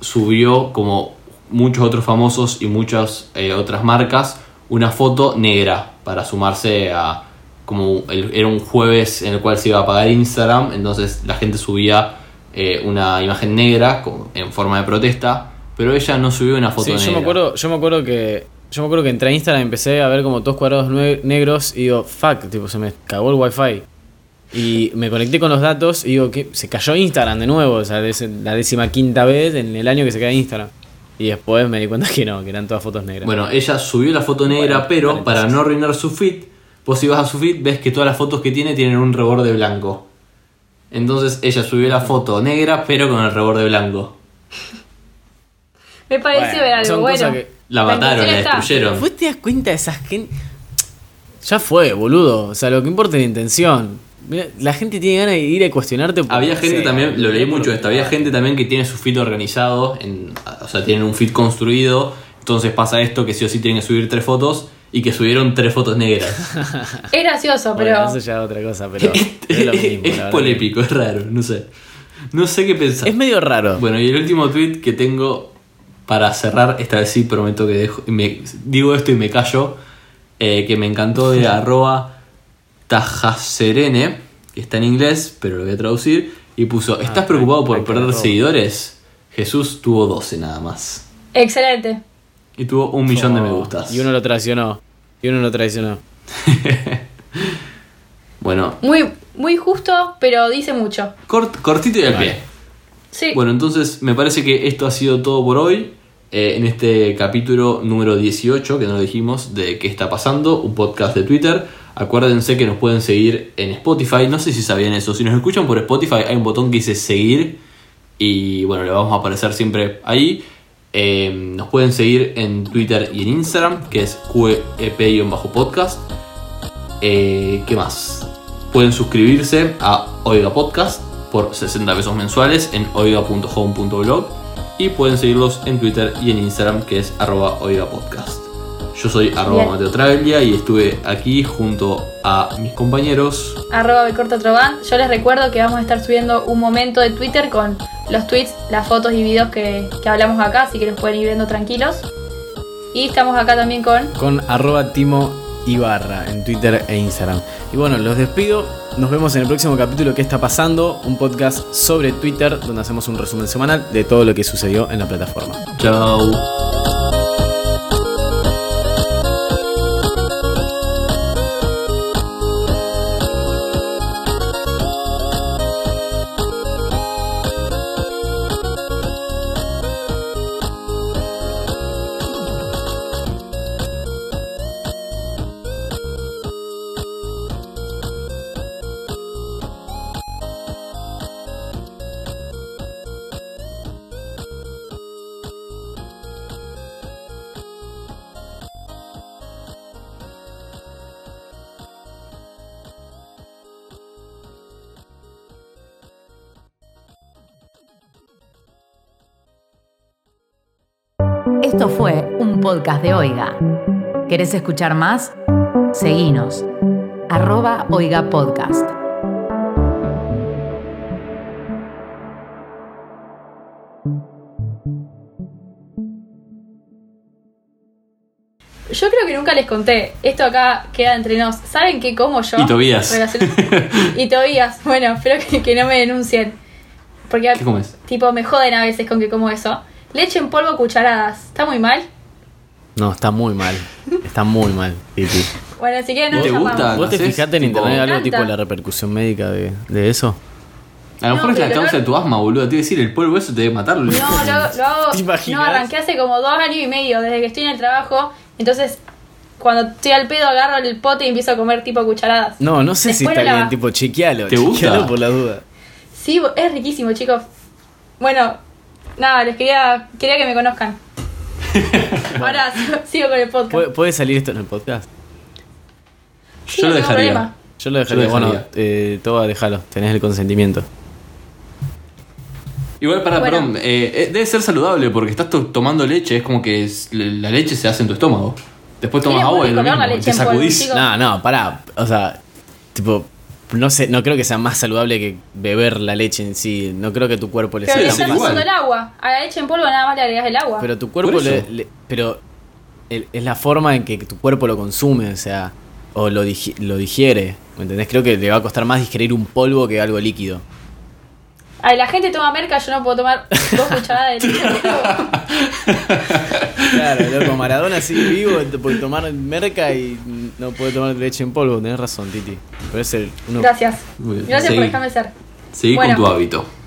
[SPEAKER 1] subió como muchos otros famosos y muchas eh, otras marcas una foto negra para sumarse a como el- era un jueves en el cual se iba a apagar Instagram, entonces la gente subía eh, una imagen negra como en forma de protesta, pero ella no subió una foto
[SPEAKER 2] Sí,
[SPEAKER 1] negra.
[SPEAKER 2] yo me acuerdo, yo me acuerdo que yo me acuerdo que entré a Instagram y empecé a ver como dos cuadrados nue- negros y digo, fuck, tipo se me cagó el wifi. Y me conecté con los datos y digo que se cayó Instagram de nuevo, o sea, es la décima quinta vez en el año que se cae Instagram. Y después me di cuenta que no, que eran todas fotos negras.
[SPEAKER 1] Bueno, ella subió la foto negra,
[SPEAKER 2] Bueno,
[SPEAKER 1] pero
[SPEAKER 2] vale,
[SPEAKER 1] para
[SPEAKER 2] entonces.
[SPEAKER 1] no arruinar su feed, vos si vas a su feed ves que todas las fotos que tiene tienen un reborde blanco. Entonces ella subió la foto negra, pero con el reborde blanco.
[SPEAKER 3] Me parece
[SPEAKER 2] Bueno,
[SPEAKER 3] ver algo
[SPEAKER 2] son
[SPEAKER 3] bueno.
[SPEAKER 2] cosas que-
[SPEAKER 1] La mataron,
[SPEAKER 3] intención
[SPEAKER 1] la
[SPEAKER 3] está.
[SPEAKER 1] destruyeron.
[SPEAKER 2] ¿Vos te das cuenta de esas gente? Ya fue, boludo. O sea, lo que importa es la intención. Mirá, La gente tiene ganas de ir a cuestionarte. por-
[SPEAKER 1] Había
[SPEAKER 2] no
[SPEAKER 1] gente
[SPEAKER 2] sé,
[SPEAKER 1] también, lo leí
[SPEAKER 2] por-
[SPEAKER 1] mucho esto, había gente también que tiene su feed organizado, en- o sea, tienen un feed construido, entonces pasa esto que sí o sí tienen que subir tres fotos y que subieron tres fotos negras.
[SPEAKER 3] Es gracioso,
[SPEAKER 2] Bueno,
[SPEAKER 3] pero.
[SPEAKER 2] eso ya es otra cosa, pero, pero es lo mismo, la
[SPEAKER 1] es
[SPEAKER 2] verdad.
[SPEAKER 1] polémico, es raro, no sé. No sé qué pensar.
[SPEAKER 2] Es medio raro.
[SPEAKER 1] Bueno, y el último tweet que tengo para cerrar, esta vez sí prometo que dejo, me, digo esto y me callo, eh, que me encantó de arroba tajaserene, que está en inglés, pero lo voy a traducir, y
[SPEAKER 2] Ah,
[SPEAKER 1] puso, ¿estás preocupado por perder seguidores? Jesús tuvo 12 nada más.
[SPEAKER 3] Excelente.
[SPEAKER 1] Y tuvo un millón de me gustas.
[SPEAKER 2] Oh, Y uno lo traicionó. Y uno lo traicionó.
[SPEAKER 1] Bueno,
[SPEAKER 3] Muy, muy justo, pero dice mucho.
[SPEAKER 1] cort- cortito y al pie.
[SPEAKER 3] Sí.
[SPEAKER 1] Bueno, entonces me parece que esto ha sido todo por hoy. eh, en este capítulo número 18, que no lo dijimos, de qué está pasando, un podcast de Twitter. Acuérdense que nos pueden seguir en Spotify. No sé si sabían eso. Si nos escuchan por Spotify, hay un botón que dice seguir. Y bueno, le vamos a aparecer siempre ahí. Eh, nos pueden seguir en Twitter y en Instagram, que es E QEP-podcast. Eh, ¿Qué más? Pueden suscribirse a Oiga Podcast por 60 pesos mensuales en oiga.home.blog y pueden seguirlos en Twitter y en Instagram que es arroba oiga podcast. Yo soy arroba
[SPEAKER 3] Bien.
[SPEAKER 1] Mateo Traglia y estuve aquí junto a mis compañeros.
[SPEAKER 3] arroba Becorta Trovan. Yo les recuerdo que vamos a estar subiendo un momento de Twitter con los tweets, las fotos y videos que, que hablamos acá, así que los pueden ir viendo tranquilos. Y estamos acá también con...
[SPEAKER 2] con arroba Timo Ibarra en Twitter e Instagram. Y bueno, los despido. Nos vemos en el próximo capítulo que está pasando, un podcast sobre Twitter donde hacemos un resumen semanal de todo lo que sucedió en la plataforma.
[SPEAKER 1] Chao.
[SPEAKER 6] Esto fue un podcast de Oiga. ¿Querés escuchar más? Seguinos. Arroba Oiga Podcast.
[SPEAKER 3] Yo creo que nunca les conté, esto acá queda entre nos. ¿Saben que como yo?
[SPEAKER 1] Y Tobías.
[SPEAKER 3] Relacion- y Tobías, bueno, espero que, que no me denuncien. Porque
[SPEAKER 1] ¿Qué comes?
[SPEAKER 3] tipo me joden a veces con que como eso. Leche en polvo a cucharadas, ¿está muy mal?
[SPEAKER 2] No, está muy mal. Está muy mal, Titi.
[SPEAKER 3] Bueno, si quieren no
[SPEAKER 1] ¿Te
[SPEAKER 3] lo llamamos.
[SPEAKER 1] gusta?
[SPEAKER 2] ¿Vos te
[SPEAKER 1] Ah, ¿Haces,
[SPEAKER 2] fijaste en
[SPEAKER 1] tipo,
[SPEAKER 2] internet algo
[SPEAKER 3] Canta.
[SPEAKER 2] tipo la repercusión médica de, de eso?
[SPEAKER 1] A lo mejor
[SPEAKER 3] No,
[SPEAKER 1] es la
[SPEAKER 3] pero
[SPEAKER 1] causa
[SPEAKER 3] no-
[SPEAKER 1] de tu asma, boludo. Te iba a decir, el polvo eso te debe matar. boludo.
[SPEAKER 3] No, lo, lo hago.
[SPEAKER 2] ¿Te imaginas?
[SPEAKER 3] No, arranqué hace como dos años y medio, desde que estoy en el trabajo. Entonces, cuando estoy al pedo, agarro el pote y empiezo a comer tipo cucharadas.
[SPEAKER 2] No, no sé si
[SPEAKER 3] Después
[SPEAKER 2] está
[SPEAKER 3] la-
[SPEAKER 2] bien, tipo chequealo.
[SPEAKER 1] ¿Te gusta?
[SPEAKER 2] chequealo por la duda.
[SPEAKER 3] Sí, bo- es riquísimo, chicos. Bueno, nada, les quería, quería que me conozcan. Ahora sigo con el podcast.
[SPEAKER 2] ¿Puede, puede salir esto en el podcast?
[SPEAKER 3] Sí,
[SPEAKER 1] Yo
[SPEAKER 3] no
[SPEAKER 1] lo
[SPEAKER 3] tengo
[SPEAKER 1] dejaría.
[SPEAKER 3] problema.
[SPEAKER 2] Yo lo dejaría. Bueno,
[SPEAKER 1] dejaría.
[SPEAKER 2] eh, todo déjalo. Tenés el consentimiento.
[SPEAKER 1] Igual, para,
[SPEAKER 3] Bueno.
[SPEAKER 1] perdón. eh, eh, debe ser saludable porque estás to- tomando leche. Es como que es- la leche se hace en tu estómago. Después tomas
[SPEAKER 3] Tiene
[SPEAKER 1] agua
[SPEAKER 3] buen
[SPEAKER 1] y es lo
[SPEAKER 3] color
[SPEAKER 1] mismo.
[SPEAKER 3] la
[SPEAKER 1] y
[SPEAKER 3] leche
[SPEAKER 1] Te
[SPEAKER 3] en polvo,
[SPEAKER 1] sacudís.
[SPEAKER 3] chicos.
[SPEAKER 2] No, no, pará. O sea, tipo, no sé, no creo que sea más saludable que beber la leche en sí. No creo que tu cuerpo le
[SPEAKER 3] Pero le
[SPEAKER 2] sea
[SPEAKER 1] sí,
[SPEAKER 3] estás
[SPEAKER 2] tan
[SPEAKER 1] igual.
[SPEAKER 3] usando el agua. A la leche en polvo nada más le agregas el agua.
[SPEAKER 2] Pero tu cuerpo
[SPEAKER 1] Por eso.
[SPEAKER 2] le, le- Pero el- es la forma en que tu cuerpo lo consume, o sea, o lo, digi- lo digiere. ¿Me entendés? Creo que le va a costar más digerir un polvo que algo líquido.
[SPEAKER 3] A la gente toma merca, yo no puedo tomar dos cucharadas de leche en polvo.
[SPEAKER 2] Claro, loco, Maradona sigue vivo te puede tomar merca y no puede tomar leche en polvo. Tenés razón, Titi. Puede ser uno.
[SPEAKER 3] Gracias.
[SPEAKER 1] Muy bien.
[SPEAKER 3] Gracias
[SPEAKER 1] Seguí.
[SPEAKER 3] por dejarme ser.
[SPEAKER 1] Seguí
[SPEAKER 3] Bueno.
[SPEAKER 1] con tu hábito.